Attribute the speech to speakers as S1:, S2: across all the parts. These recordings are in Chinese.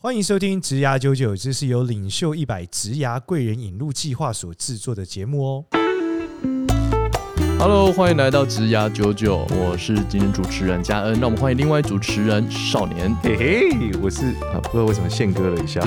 S1: 欢迎收听《职涯九九》，这是由领袖一百职涯贵人引路计划所制作的节目哦。
S2: Hello，欢迎来到植牙九九，我是今天主持人嘉恩。那我们欢迎另外一主持人少年，
S3: 嘿嘿，我是啊，不知道为什么宪哥了一下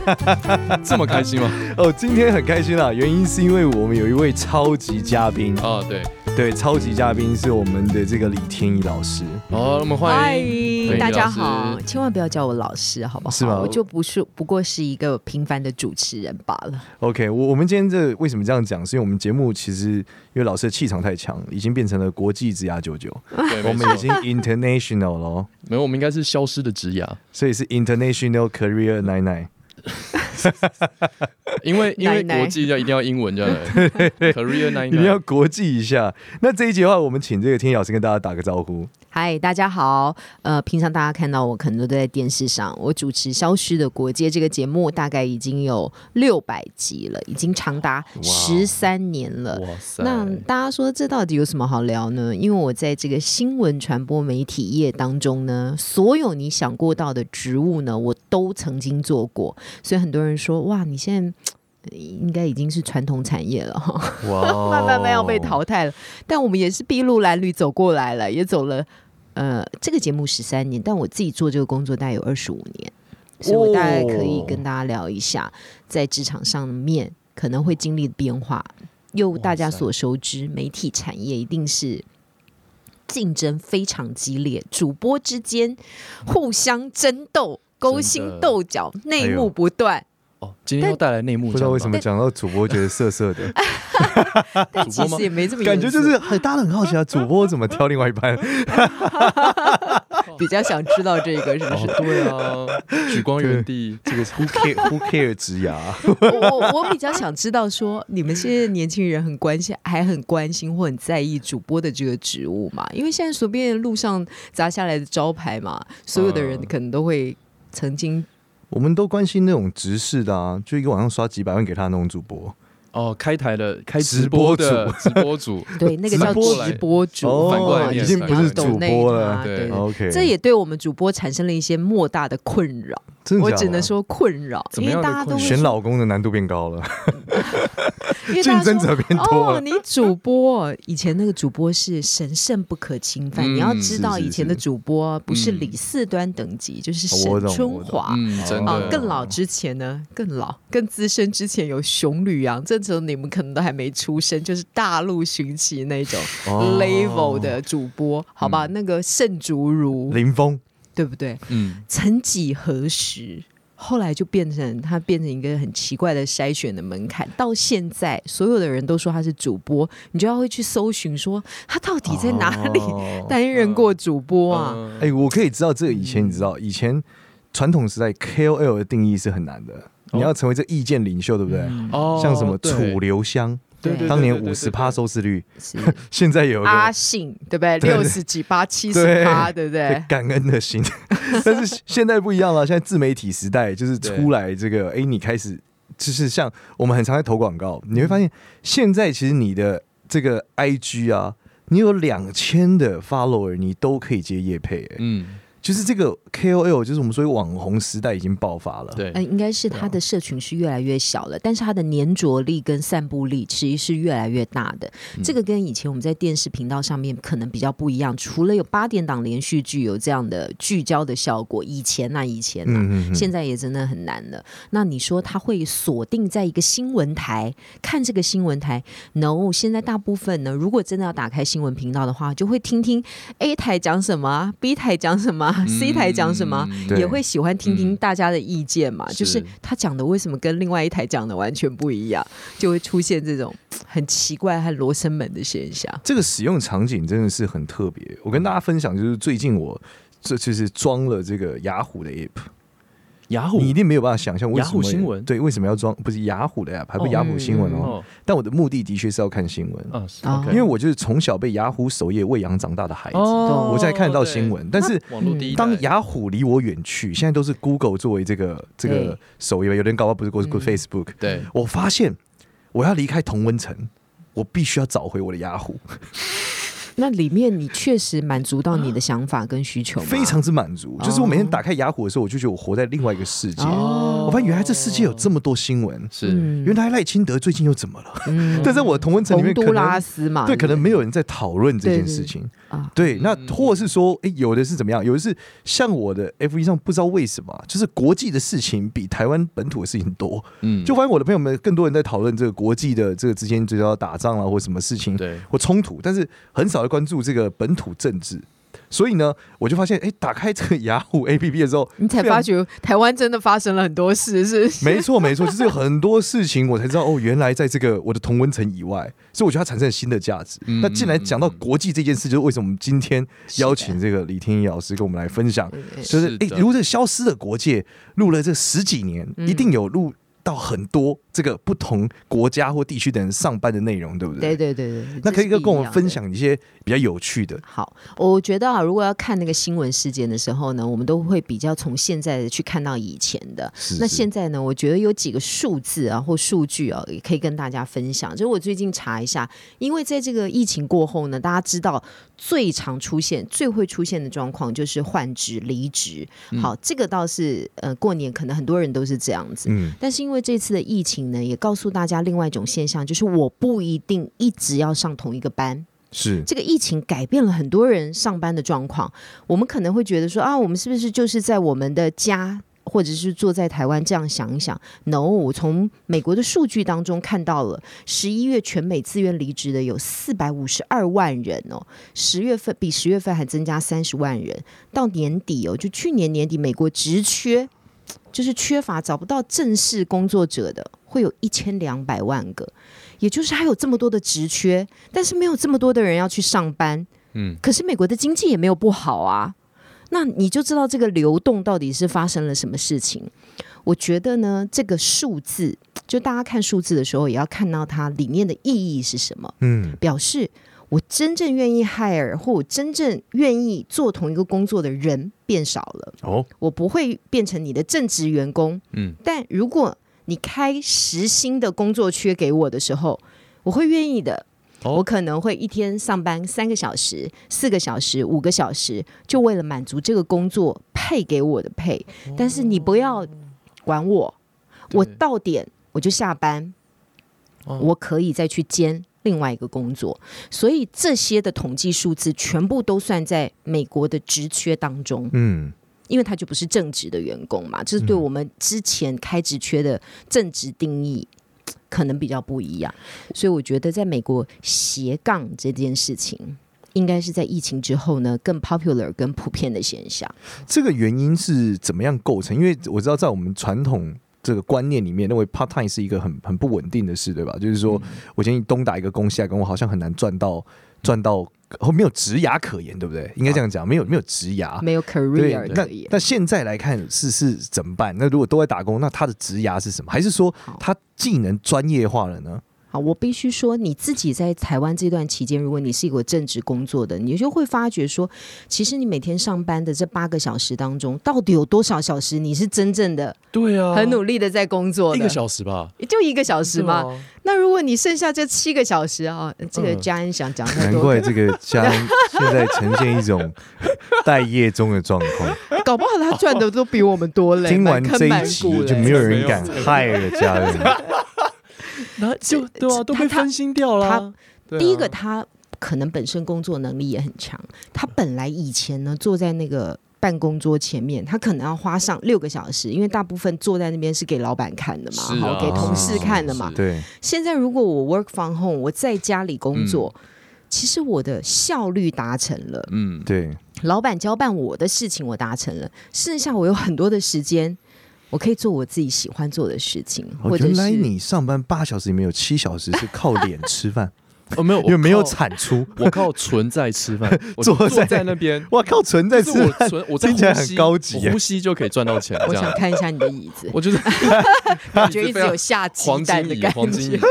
S2: 这么开心吗？
S3: 哦，今天很开心啊，原因是因为我们有一位超级嘉宾，
S2: 啊，对，
S3: 对，超级嘉宾是我们的这个李天一老师，
S2: 好，我们欢迎
S4: 大家好，千万不要叫我老师，好不好？
S3: 是吗
S4: 我就不是不过是一个平凡的主持人罢了。
S3: OK，我我们今天这为什么这样讲？是因为我们节目其实因为老师的气场太强，已经变成了国际职牙九九，
S2: 对
S3: 我
S2: 我
S3: 们
S2: 们
S3: 已经 international 了哦，
S2: 没有，我们应该是消失的植牙，
S3: 所以是 international career nine nine。
S2: 因为因为
S4: 奶奶
S2: 国际要一定要英文这 样的，Career
S3: 一定要
S2: Nine
S3: 国际一下。那这一节的话，我们请这个天一老师跟大家打个招呼。
S4: 嗨，大家好。呃，平常大家看到我可能都在电视上，我主持《消失的国界》这个节目，大概已经有六百集了，已经长达十三年了。
S2: 哇塞，
S4: 那大家说这到底有什么好聊呢？因为我在这个新闻传播媒体业当中呢，所有你想过到的职务呢，我都曾经做过，所以很多人说哇，你现在。呃应该已经是传统产业了哈，
S3: 哇
S4: 慢慢慢要
S3: 哦
S4: 被淘汰了。但我们也是筚路蓝缕走过来了，也走了呃这个节目十三年，但我自己做这个工作大概有二十五年，所以我大概可以
S3: 哦
S4: 跟大家聊一下，在职场上面可能会经历的变化。又大家所熟知，媒体产业一定是竞争非常激烈，主播之间互相争斗、勾心斗角，内
S3: 哎
S4: 幕不断。
S2: 哦，今天要带来内幕，
S3: 不知道为什
S2: 这
S3: 么
S2: 样
S3: 讲到主播觉得涩涩 的，
S4: 但
S2: 主播
S4: 其
S2: 吗
S4: 实也没这么
S3: 感
S4: 严肃，
S3: 觉就是很大家都很好奇啊，主播怎么挑另外一 半？
S4: 比较想知道这个是
S2: 吧。
S4: 不是？
S2: 哦，对啊，举光原地，
S3: 这个是 who care who care 职牙？
S4: 我我我比较想知道说，你们现在年轻人很关心，还很关心或很在意主播的这个职务嘛？因为现在随便路上砸下来的招牌嘛，所有的人
S2: 嗯
S4: 可能都会 曾经
S3: 我们都关心那种直视的啊，就一个晚上刷几百万给他的那种主播。
S2: 哦，开台的开
S3: 直
S2: 直
S3: 播
S2: 播
S3: 主
S2: 的直播主，
S4: 对那个叫
S2: 直播来
S4: 直播主，
S3: 哦
S2: 反过来念
S4: 就
S3: 已经不是
S4: 你要懂
S3: 主
S4: 那
S3: 播
S4: 一
S3: 了
S4: 趴
S2: 对
S4: 对。
S3: OK，
S4: 这也对我们主播产生了一些莫大的困扰，
S3: 真的
S4: 我
S3: 假的
S4: 只能说困扰，
S2: 怎
S4: 因
S2: 么
S4: 为
S2: 样的
S4: 大家都
S2: 困
S4: 会
S2: 扰
S3: 选
S4: 说
S3: 老公的难度变高了，
S4: 因为
S3: 竞
S4: 大家
S3: 争
S4: 说
S3: 者变多
S4: 哦，
S3: 了。
S4: 你主播以前那个主播是神圣不可侵犯，
S2: 嗯
S4: 你要知道
S3: 是是
S4: 以前的主播不是
S2: 嗯
S4: 李四端等级，就是
S3: 我
S4: 沈
S3: 懂
S4: 春
S3: 我懂
S4: 华。
S2: 嗯，真
S4: 哦
S2: 的，
S4: 更老之前呢，更老、更资深之前有熊吕洋，这时候你们可能都还没出生，就是大陆寻奇那种
S3: 哦嗯
S4: level 的主播，好吧？那个盛竹如，
S3: 哦林峰
S4: 对不对？
S2: 嗯，
S4: 曾几何时，后来就变成他变成一个很奇怪的筛选的门槛。到现在，所有的人都说他是主播，你就要会去搜寻说他到底在哪里
S3: 哦
S4: 担任过主播啊？
S2: 嗯
S3: 哎、我可以知道这个以前你知道，以前传统时代 KOL 的定义是很难的，你要成为这意见领袖，对不对？
S2: 哦，
S3: 像什么
S2: 对
S3: 楚留香，
S4: 对
S2: 对
S3: 当年
S2: 对对
S3: 五十
S2: 对
S3: 趴收视率，
S4: 是
S3: 现在有一
S4: 阿
S3: 个
S4: 信，对不对？
S3: 对
S4: 六十几八、七
S3: 对
S4: 十八，对不对？
S3: 感恩的心，但是现在不一样了，现在自媒体时代就是出来这个，哎、
S2: 嗯
S3: 你开始就是像我们很常在投广告，你会发现现在其实你的这个 IG 啊，你有两千的 follower，你都可以接业配、哎、
S2: 嗯，
S3: 就是这个 KOL，就是我们所谓网红时代已经爆发了，
S2: 对啊
S4: 嗯，，应该是他的社群是越来越小了，但是他的粘着力跟散布力其实是越来越大的。
S2: 嗯
S4: 这个跟以前我们在电视频道上面可能比较不一样，除了有八点档连续剧有这样的聚焦的效果，以前呐、以前呐、啊
S3: 嗯嗯嗯
S4: 现在也真的很难了。那你说他会锁定在一个新闻台看这个新闻台？No，现在大部分呢，如果真的要打开新闻频道的话，就会听听 A 台讲什么啊，B 台讲什么啊，C 台讲什么啊，
S2: 嗯
S3: 对嗯
S4: 也会喜欢听听大家的意见嘛，
S2: 嗯
S4: 就是
S2: 是
S4: 他讲的为什么跟另外一台讲的完全不一样，就会出现这种嘖很奇怪和罗生门的现象。
S3: 这个使用场景真的是很特别。我跟大家分享，就是最近我这就是装了这个雅虎的 app，
S2: 雅虎
S3: 你一定没有办法想象为什么
S2: 哦雅虎新闻
S3: 对为什么要装不是雅虎的 app，还不是雅虎新闻哦。
S2: 哦，
S3: 但我的目的的确是要看新闻，
S2: 嗯，
S4: 哦
S2: OK
S3: 因为我就是从小被雅虎首页喂养长大的孩子，
S2: 哦
S3: 我才看到新闻。但是
S2: 网络第一代，
S3: 当雅虎离我远去，现在都是 Google 作为这个这个
S4: 对
S3: 首页，有点搞到不是 Google
S4: 嗯
S3: Facebook，
S2: 对
S3: 我发现我要离开同温层，我必须要找回我的雅虎。
S4: 那里面你确实满足到你的想法跟需求吗？
S3: 非常之满足。就是我每天打开雅虎的时候，我就觉得我活在另外一个世界。
S4: 哦
S3: 我发现原来这世界有嗯这么多新闻，
S2: 是
S3: 原来赖清德最近又怎么了？
S4: 嗯
S3: 但在我的同温层里
S4: 洪
S3: 面，
S4: 都
S3: 可
S4: 拉
S3: 能
S4: 斯嘛，
S3: 对，可能
S4: 不
S3: 没有人在讨论这件事情
S4: 对啊。
S3: 对，那
S2: 嗯
S3: 或是说，哎，有的是怎么样？有的是像我的 F 一上，不知道为什么啊，就是国际的事情比台湾本土的事情多。
S2: 嗯
S3: 就发现我的朋友们更多人在讨论这个国际的这个之间最要打仗啦，啊或什么事情
S2: 对
S3: 或冲突，但是很少在关注这个本土政治。所以呢，我就发现，哎，打开这个雅虎 APP 的时候，
S4: 你才发觉台湾真的发生了很多事，是 不是
S3: 没错，没错，就是有很多事情我才知道哦，原来在这个我的同温层以外，所以我觉得它产生了新的价值。
S2: 嗯
S3: 那既然讲到国际这件事，就是为什么我们今天
S4: 是的
S3: 邀请这个李天一老师跟我们来分享，
S4: 对对对
S3: 就是
S2: 是
S3: 哎，
S2: 的
S3: 如果这消失的国界录了这十几年，
S4: 嗯
S3: 一定有录到很多这个不同国家或地区的人上班的内容，对不对？
S4: 对对对对，
S3: 那可以
S4: 这是
S3: 跟我们
S4: 必要
S3: 分
S4: 的
S3: 享一些比较有趣的，
S4: 好，我觉得啊，如果要看那个新闻事件的时候呢，我们都会比较从现在的去看到以前的。
S3: 是
S4: 那
S3: 是
S4: 现在呢，我觉得有几个数字啊或数据啊，也可以跟大家分享。就是我最近查一下，因为在这个疫情过后呢，大家知道最常出现、最会出现的状况就是换职、离职。
S3: 嗯
S4: 好，这个倒是呃，过年可能很多人都是这样子。
S3: 嗯，
S4: 但是因为这次的疫情呢，也告诉大家另外一种现象，就是我不一定一直要上同一个班。
S3: 是
S4: 这个疫情改变了很多人上班的状况，我们可能会觉得说啊，我们是不是就是在我们的家？或者是坐在台湾这样想一想，no，我从美国的数据当中看到了，十一月全美自愿离职的有四百五十二万人哦，十月份比十月份还增加三十万人，到年底哦，就去年年底美国职缺就是缺乏找不到正式工作者的，会有一千两百万个，也就是还有这么多的职缺，但是没有这么多的人要去上班。
S2: 嗯，
S4: 可是美国的经济也没有不好啊，那你就知道这个流动到底是发生了什么事情。我觉得呢，这个数字，就大家看数字的时候，也要看到它里面的意义是什么。
S3: 嗯
S4: 表示我真正愿意 hire 或我真正愿意做同一个工作的人变少了。
S3: 哦，
S4: 我不会变成你的正职员工，
S2: 嗯，
S4: 但如果你开时薪的工作缺给我的时候，我会愿意的。
S2: 哦
S4: 我可能会一天上班三个小时、四个小时、五个小时，就为了满足这个工作配给我的配。
S2: 哦
S4: 但是你不要管我，我
S2: 对
S4: 到点我就下班，
S2: 哦
S4: 我可以再去兼另外一个工作。所以这些的统计数字全部都算在美国的职缺当中。
S3: 嗯，
S4: 因为他就不是正职的员工嘛，这是
S2: 嗯
S4: 对我们之前开职缺的正职定义。可能比较不一样，所以我觉得在美国斜杠这件事情，应该是在疫情之后呢更 popular、更普遍的现象。
S3: 这个原因是怎么样构成？因为我知道在我们传统这个观念里面，认为 part time 是一个很很不稳定的事，对吧？就是说
S4: 嗯
S3: 我今天东打一个工，西打一个工，我好像很难赚到赚到，哦，没有职涯可言，对不对？应该这样讲，没有没有职
S2: 啊
S3: 涯。
S4: 啊没有
S3: 对
S4: career，
S3: 那
S4: 可以
S3: 那现在来看是是怎么办？那如果都在打工，那他的职涯是什么？还是说
S4: 好
S3: 他技能专业化了呢？
S4: 好，我必须说，你自己在台湾这段期间，如果你是一个正职工作的，你就会发觉说，其实你每天上班的这八个小时当中，到底有多少小时你是真正的
S2: 对啊，
S4: 很努力的在工作
S2: 一
S4: 的？
S2: 个小时吧，
S4: 就一个小时吗？
S2: 对啊？
S4: 那如果你剩下这七个小时啊，这个
S2: 嗯
S4: 嘉恩想讲太
S3: 难
S4: 多，
S3: 怪这个 家人现在呈现一种待业中的状况。
S4: 搞不好他赚的都比我们 多嘞。
S3: 听完
S4: 满
S3: 这
S4: 坑满
S3: 一集，
S4: 谷
S3: 就
S4: 嘞
S3: 没有啊人敢
S2: 没有
S3: 害了家 人。
S2: 那就对啊，都
S4: 他
S2: 被
S4: 他
S2: 分心掉了啊。对啊
S4: 第一个，他可能本身工作能力也很强，他本来以前呢坐在那个办公桌前面，他可能要花上六个小时，因为大部分坐在那边是给老板看的嘛，
S2: 是
S4: 好
S2: 啊
S4: 给同事看的嘛
S2: 是。
S3: 对，
S4: 现在如果我 work from home，我在家里工作，
S3: 嗯
S4: 其实我的效率达成了。
S2: 嗯，
S3: 对，
S4: 老板交办我的事情我达成了，剩下我有很多的时间，我可以做我自己喜欢做的事情，
S3: 哦
S4: 或者
S3: 原来
S4: 是
S3: 你上班八小时里面有七小时是靠脸吃 饭，
S2: 哦，没有，
S3: 因为没有
S2: 我靠
S3: 产 出。
S2: 我靠存在 吃饭，我
S3: 坐
S2: 坐
S3: 在
S2: 在那边，
S3: 我靠，存 在
S2: 但
S3: 吃
S2: 是我
S3: 饭，
S2: 存我在
S3: 听起来
S2: 呼
S3: 很
S2: 吸
S3: 高级啊
S2: 我
S3: 耶
S2: 呼吸就可以赚到钱，这
S4: 我 想
S2: 样。
S4: 看一下你的椅子，
S2: 我就是
S4: 感觉一直有下
S2: 黄
S4: 鸡
S2: 金
S4: 蛋的
S2: 椅，
S4: 感
S2: 黄金椅
S4: 觉。，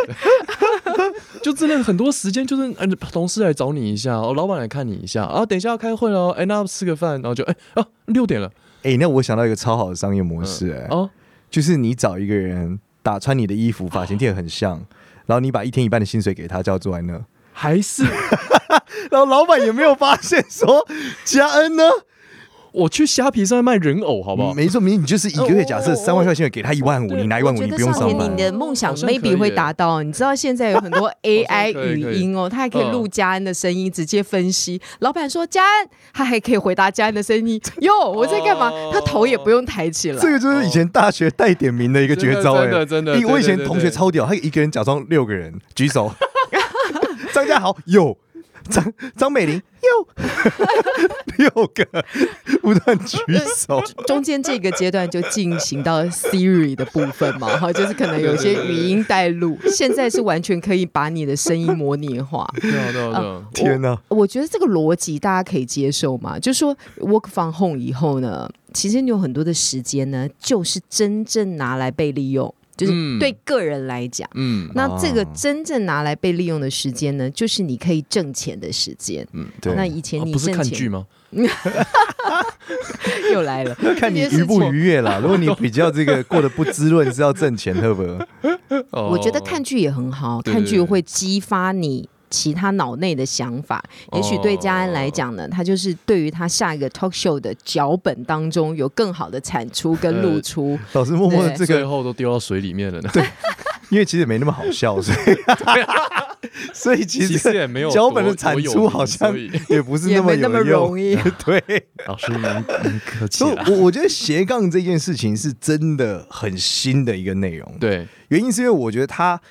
S2: 就真的很多时间，就是呃同事来找你一下，哦，老板来看你一下，啊，等一下要开会哦，哎，那吃个饭，然后就哎啊六点了，
S3: 哎、那我想到一个超好的商业模式、哎、
S2: 哦，
S3: 就是你找一个人打穿你的衣服，发型店很像，然后你把一天一半的薪水给他，叫他坐在那，
S2: 还是
S3: 然后老板也没有发现说 嘉恩呢，
S2: 我去虾皮上面卖人偶，好不好？
S3: 没错，明你就是一个月假设三万块薪水给他一万五，你拿一万五，
S4: 我
S3: 你
S4: 觉
S3: 不
S4: 得
S3: 用
S4: 少
S3: 上
S4: 年
S3: 班
S4: 你。的梦想
S2: 好像可以
S4: maybe 会达到。你知道现在 有很多 AI
S2: 可以可嗯
S4: 语
S2: 以
S4: 音哦，它还可以录佳恩的声音，直接分析。老板说佳恩，他还可以回答佳恩的声 音。哟，我在干嘛
S2: 哦？
S4: 他头也不用抬起来
S3: 这。个就是以前大学带点名的一个绝招哎、
S2: 哦真的真的
S3: 欸
S2: 真的
S3: 我以前
S2: 对对对
S3: 同学超屌，他一个人假装六个人，举手。张家豪有，张张美玲有， 六个不断举手。
S4: 中间这个阶段就进行到 Siri 的部分嘛，哈，就是可能有些语音带入，现在是完全可以把你的声音模拟化。
S2: 对啊对啊对啊，
S4: 哦
S3: 天哪、
S4: 我觉得这个逻辑大家可以接受嘛，就说 work from home 以后呢，其实你有很多的时间呢，就是真正拿来被利用，就是
S2: 嗯
S4: 对个人来讲。
S2: 嗯，
S4: 那这个
S3: 哦
S4: 真正拿来被利用的时间呢，就是你可以挣钱的时间。
S3: 对，
S4: 那以前
S2: 啊
S4: 你
S2: 不是
S4: 挣
S2: 看剧
S4: 钱、
S2: 吗？
S4: 又来了，
S3: 看你愉不愉悦 啦。如果你比较这个过得不滋润，是要挣钱，呵不？
S2: 哦
S4: 我觉得看剧也很好，
S2: 对
S4: 看
S2: 对
S4: 剧
S2: 对
S4: 会激发你其他脑内的想法。
S2: 哦
S4: 也许对嘉安来讲呢，他就是对于他下一个 talk show 的脚本当中有更好的产出跟露出。
S3: 老师默默地这
S2: 最
S3: 个，
S2: 后都丢到水里面了 呢。
S3: 因为其实也没那么好笑，所 以所以其
S2: 其实
S3: 实
S2: 也没有
S3: 脚本的
S2: 多
S3: 产
S2: 多有
S3: 出
S2: 名
S3: 好像
S2: 所以
S3: 也不是
S4: 也
S3: 那么
S4: 没那么
S3: 有用。
S4: 容易，
S3: 对。
S2: 老师您您客气
S3: 所以
S2: 了。，
S3: 我我觉得斜杠这件事情是真的很新的一个内容。，
S2: 对，
S3: 原因是因为我觉得它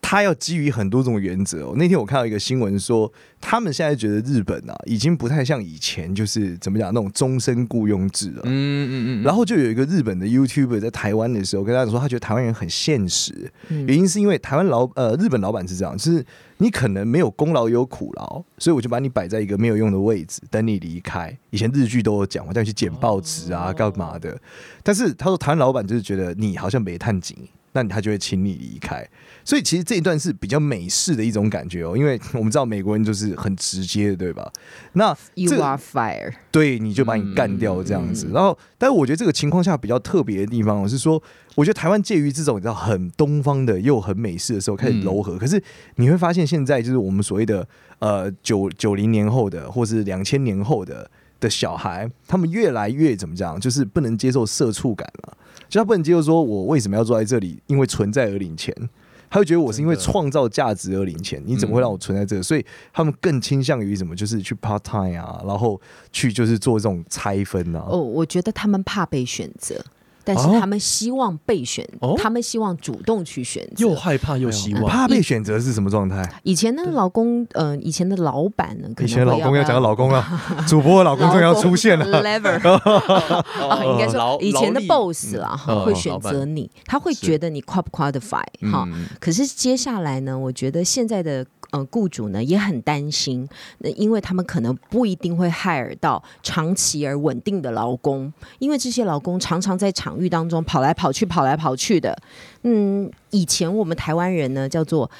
S3: 它要基于很多种原则、哦。那天我看到一个新闻说，他们现在觉得日本啊，已经不太像以前，就是怎么讲那种终身雇佣制了。
S2: 嗯嗯嗯，
S3: 然后就有一个日本的 YouTuber 在台湾的时候跟大家说，他觉得台湾人很现实，
S4: 嗯
S3: 原因是因为台湾老呃日本老板是这样，就是你可能没有功劳也有苦劳，所以我就把你摆在一个没有用的位置，等你离开。以前日剧都有讲，我带你去捡报纸啊，干嘛的？但是他说台湾老板就是觉得你好像没探紧，那他就会请你离开。所以其实这一段是比较美式的一种感觉哦，因为我们知道美国人就是很直接的，对吧？那
S4: You
S3: 这个
S4: are fire。
S3: 对，你就把你干掉这样子。然后，但我觉得这个情况下比较特别的地方哦是说，我觉得台湾介于这种你知道很东方的又很美式的时候开始柔和，可是你会发现现在就是我们所谓的呃九九零年后的或是两千年后的呃的小孩，他们越来越怎么讲，就是不能接受社畜感了、就他不能接受说我为什么要坐在这里，因为存在而领钱。他会觉得我是因为
S2: 真的
S3: 创造价值而领钱，你怎么会让我存在这？所以他们更倾向于什么？就是去 part time 啊，然后去就是做这种拆分啊。
S4: 哦，我觉得他们怕被选择，但是
S2: 哦
S4: 他们希望被选，
S2: 哦
S4: 他们希望主动去选择。
S2: 又害怕又希望，
S3: 怕被选择是什么状态？
S4: 以前呢，老公，呃，以前的老板呢，可
S3: 以
S4: 能
S3: 前的
S4: 会
S3: 老公要讲到
S4: 要
S3: 老公了，主播的老公终于要出现了。
S4: Lever
S3: 哎
S4: 哦，应该说以前的 boss 啦，哈，
S3: 哦
S2: 嗯
S4: 会
S2: 嗯
S4: 选
S2: 老板
S4: 择你，他会
S2: 是
S4: 觉得你 qual qualify 哈。
S2: 嗯
S4: 可是接下来呢，我觉得现在的呃雇主呢也很担心，那因为他们可能不一定会 hire 到长期而稳定的劳工，因为这些劳工常常在场域当中跑来跑去、跑来跑去的。嗯，以前我们台湾人呢叫做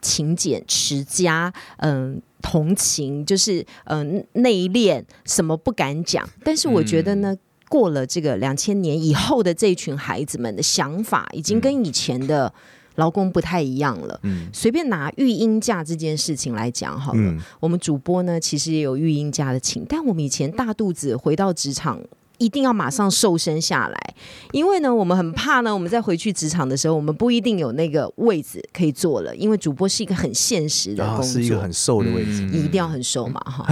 S4: 勤俭持家，嗯、同情就是嗯、内敛，什么不敢讲。但是我觉得
S3: 嗯
S4: 呢。过了这个两千年以后的这一群孩子们的想法，已经跟以前的劳工不太一样了。
S3: 嗯
S4: 随便拿育婴假这件事情来讲好了，
S3: 嗯，
S4: 我们主播呢其实也有育婴假的请，但我们以前大肚子回到职场。一定要马上瘦身下来，因为呢，我们很怕呢，我们再回去职场的时候，我们不一定有那个位置可以坐了，因为主播是一个很现实的
S3: 然
S4: 工
S3: 后
S4: 作，
S3: 啊是一个很嗯瘦的位置。
S2: 嗯
S4: 你一定要很瘦嘛，哈，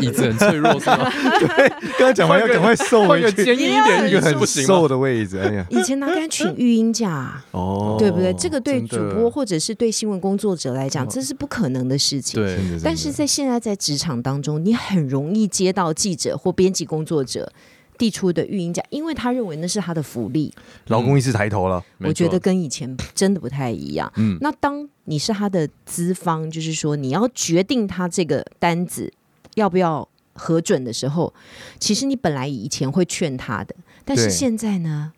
S2: 椅子很脆弱 是吗？
S3: 刚刚讲完要赶快瘦
S2: 换
S3: 回
S2: 个
S3: 去，
S2: 坚硬一点，
S3: 一个很
S2: 不行吗啊
S3: 瘦的位置。哎呀，
S4: 以前哪敢请育婴假、啊，
S3: 哦，
S4: 对不对？这个对
S2: 真的
S4: 主播或者是对新闻工作者来
S3: 哦
S4: 讲，这是不可能的事情。
S2: 对，
S4: 但是在现在在职场当中，你很容易接到记者或编辑工作者递出的育婴假，因为他认为那是他的福利。
S3: 老公意识抬头了，
S2: 没
S4: 我觉
S2: 错
S4: 得跟以前真的不太一样。
S2: 嗯
S4: 那当你是他的资方，就是说你要决定他这个单子要不要核准的时候，其实你本来以前会劝他的，但是
S3: 对
S4: 现在呢，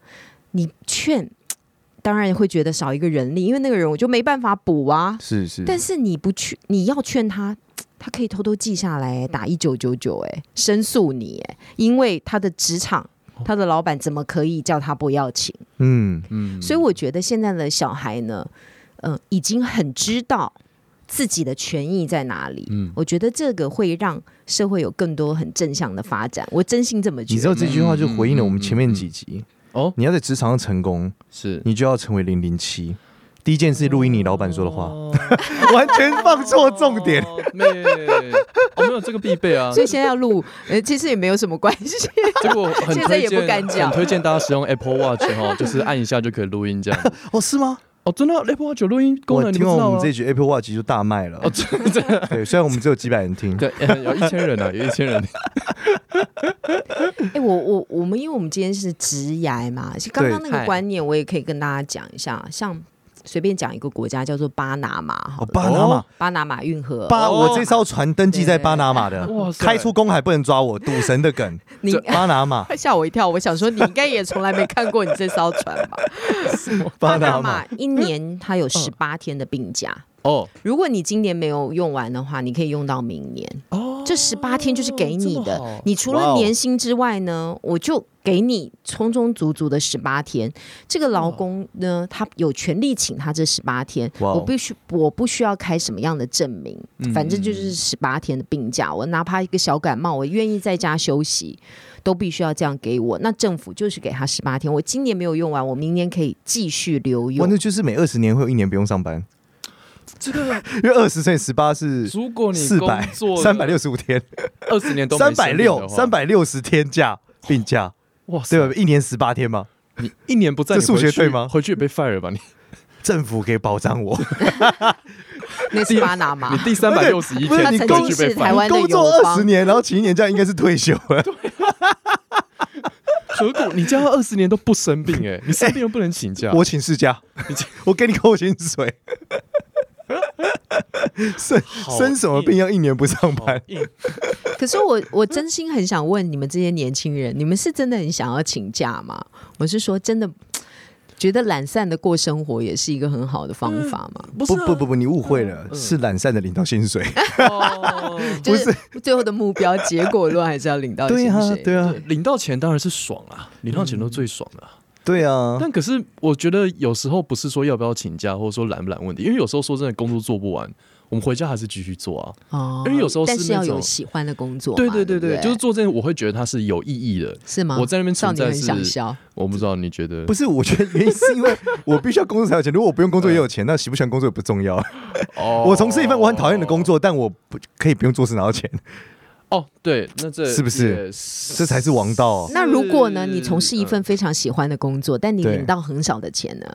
S4: 你劝。当然会觉得少一个人力，因为那个人我就没办法补啊。
S3: 是是。
S4: 但是你不去，你要劝他，他可以偷偷记下来，打一九九九，哎，申诉你，哎，因为他的职场，
S3: 哦
S4: 他的老板怎么可以叫他不要请？
S3: 嗯，
S2: 嗯，
S4: 呃所以我觉得现在的小孩呢，嗯、已经很知道自己的权益在哪里。
S2: 嗯
S4: 我觉得这个会让社会有更多很正向的发展，我真心这么觉
S3: 你
S4: 得。
S3: 知道这句话就回应了我们前面几集。
S2: 哦，
S3: 你要在职场上成功，
S2: 是
S3: 你就要成为零零七。第一件事，录音你老板说的话，
S2: 哦
S3: 完全放错重点。
S2: 哦妹，哦，没有这个必 备啊。
S4: 所以现在要录，呃，其实也没有什么关系。
S2: 这个我很
S4: 现在
S2: 推
S4: 也不
S2: 荐，
S4: 敢讲
S2: 很推荐大家使用 Apple Watch 哈，就是按一下就可以录音这样。
S3: 哦，是吗？
S2: 哦，真的啊 Apple Watch 有录音功
S3: 我
S2: 能，你
S3: 听
S2: 不
S3: 完
S2: 知道啊
S3: 我们
S2: 吗
S3: 这？一局 Apple Watch 就大卖了
S2: 哦，。真的，
S3: 对，虽然我们只有几百人听，
S2: 对，呃有一千人啊，有一千人。
S4: 哎、我我我们，因为我们今天是直癌嘛，其实刚刚那
S2: 嗨
S4: 个观念，我也可以跟大家讲一下，像。随便讲一个国家叫做巴拿马，好
S3: 哦，
S4: 了，
S3: 巴拿马
S2: 哦，
S4: 巴拿马运河。
S3: 巴，
S2: 哦
S3: 我这艘船登记在巴拿马的，
S2: 哇塞
S3: 开出公海不能抓我，赌神的 梗，
S4: 你
S3: 巴拿马，
S4: 吓我一跳，我想说你应该也从来没看过你这艘船吧？
S3: 巴拿
S4: 拿
S3: 马
S4: 马，一年它有十八天的病假，
S2: 哦
S4: 如果你今年没有用完的话，你可以用到明年。
S2: 哦，
S4: 这十八天就是给你
S2: 这么好
S4: 的，你除
S3: 哇
S4: 了
S3: 哦
S4: 年薪之外呢，我就给你充充足足的十八天。这个劳工呢，他有权利请他这十八天，
S3: 哇哦
S4: 我必须我不需要开什么样的证明
S2: 嗯，
S4: 反正就是十八天的病假，我哪怕一个小感冒，我愿意在家休息。都必须要这样给我，那政府就是给他十八天。我今年没有用完，我明年可以继续留
S3: 哇，
S4: 用
S3: 那。就是每二十年会有一年不用上班，
S2: 这个，
S3: 因为二十乘以十八是
S2: 如果你
S3: 四百
S2: 工作
S3: 三百六十五天，
S2: 二十年都没
S3: 三
S2: 生
S3: 百
S2: 病
S3: 六
S2: 的话哦
S3: 三百六十天假病假，
S2: 哇塞
S3: 对吧？一年十八天嘛，
S2: 你一年不在，
S3: 这
S2: 你
S3: 数学
S2: 回去
S3: 对吗
S2: 回去也被 fire 吧你？
S3: 政府可以保障 我。
S4: 那是巴拿马
S2: 你，第三百六十一
S3: 啊不是
S2: 天
S4: 他
S3: 你
S4: 曾
S3: 公
S2: 回
S4: 经
S2: 去被
S4: 是台
S2: fire，
S4: 湾的
S3: 工
S4: 友
S3: 作二
S4: 邦
S3: 十。年，然后请一年假应该是退休了。
S2: 何苦你这样二十年都不生病哎？你生病又不能请假，
S3: 我请事假，我啊给你扣薪 水。生
S2: 好
S3: 生什么病要一年不上班？
S2: 硬
S4: 可是我我真心很想问你们这些年轻人，你们是真的很想要请假吗？我是说真的，觉得懒散的过生活也是一个很好的方法吗？
S2: 不啊
S3: 不不不不，你误会了，是懒散的领到薪 水。
S2: 哦不
S4: 就是 最后的目标结果论还是要领到薪
S3: 嗯对啊
S4: 水。，
S3: 对啊，
S2: 领到钱当然是爽啊，领到钱都最爽了、
S3: 对啊。
S2: 但可是我觉得有时候不是说要不要请假，或者说懒不懒问题，因为有时候说真的工作做不完，我们回家还是继续做啊。
S4: 哦
S2: 因为有时候是
S4: 但
S2: 那种
S4: 是要有喜欢的工作嘛，
S2: 对
S4: 对
S2: 对
S4: 不
S2: 对，
S4: 对，
S2: 就是做这件我会觉得它是有意义的。
S4: 是吗？
S2: 我在那边
S4: 少
S2: 存
S4: 年
S2: 在是
S4: 很想笑，
S2: 我不知道你觉得
S3: 不是，我觉得原因是因为我必须要工作才有钱。如果我不用工作也有 钱，那喜不喜欢工作也不重要。
S2: 哦
S3: 我从事一份我很讨厌的工作，但我不可以不用做事拿到钱，
S2: 哦，对，那这
S3: 是不是
S2: 也
S3: 这才是王道。
S4: 那如果呢，你从事一份非常喜欢的工作，但你
S3: 对
S4: 领到很少的钱呢？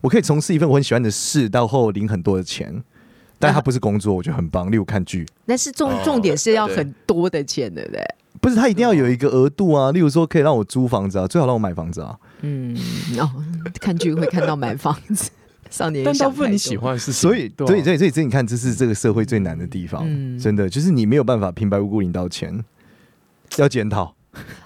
S3: 我可以从事一份我很喜欢的事，到后领很多的钱，但它不是工作，我觉得很棒。例如看剧，
S4: 但是重
S2: 哦
S4: 重点是要
S2: 对
S4: 很多的钱，对不对？
S3: 不是它一定要有一个额度啊。例如说，可以让我租房子啊，最好让我买房子啊。
S4: 嗯，哦， 看剧会看到买房子， 少年也
S2: 但大
S4: 想
S2: 部分你
S4: 太多
S2: 喜，欢是
S3: 所以，
S2: 对啊
S3: 所以，所以，所以，你看，这是这个社会最难的地方，
S4: 嗯
S3: 真的就是你没有办法平白无故领到钱，要检讨。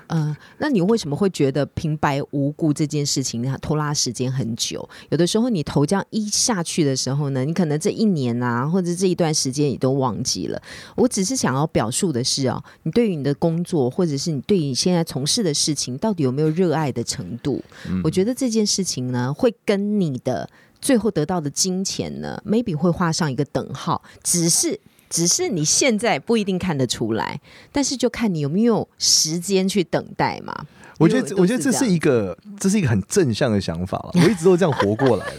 S4: 嗯、那你为什么会觉得平白无故这件事情它拖拉时间很久？有的时候你投这样一下去的时候呢，你可能这一年啊，或者这一段时间你都忘记了。我只是想要表述的是哦，你对于你的工作，或者是你对于你现在从事的事情，到底有没有热爱的程度？
S3: 嗯
S4: 我觉得这件事情呢，会跟你的最后得到的金钱呢，maybe 会画上一个等号，只是。只是你现在不一定看得出来，但是就看你有没有时间去等待嘛。
S3: 我觉得
S4: 因为
S3: 这，
S4: 都
S3: 我觉得这是一个，这是一个很正向的想法了。我一直都这样活过来的，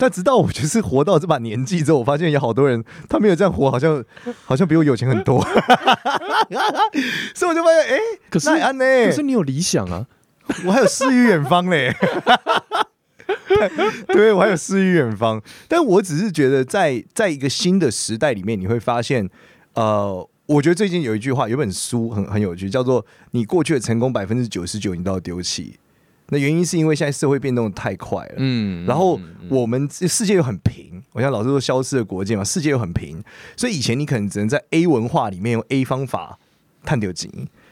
S3: 但直到我就是活到这把年纪之后，我发现有好多人他没有这样活，好像好像比我有钱很多， 所以我就发现，哎、
S2: 可是
S3: 那也安呢，
S2: 可是你有理想啊，
S3: 我还有诗与远方嘞。对，我还有诗与远方，但我只是觉得在在一个新的时代里面，你会发现，呃，我觉得最近有一句话，有本书很很有趣，叫做“你过去的成功百分之九十九，你都要丢弃”。那原因是因为现在社会变动得太快了，
S2: 嗯
S3: 然后
S2: 嗯
S3: 我们这世界又很平，我像老师说消失的国界嘛，世界又很平，所以以前你可能只能在 A 文化里面用 A 方法探究金，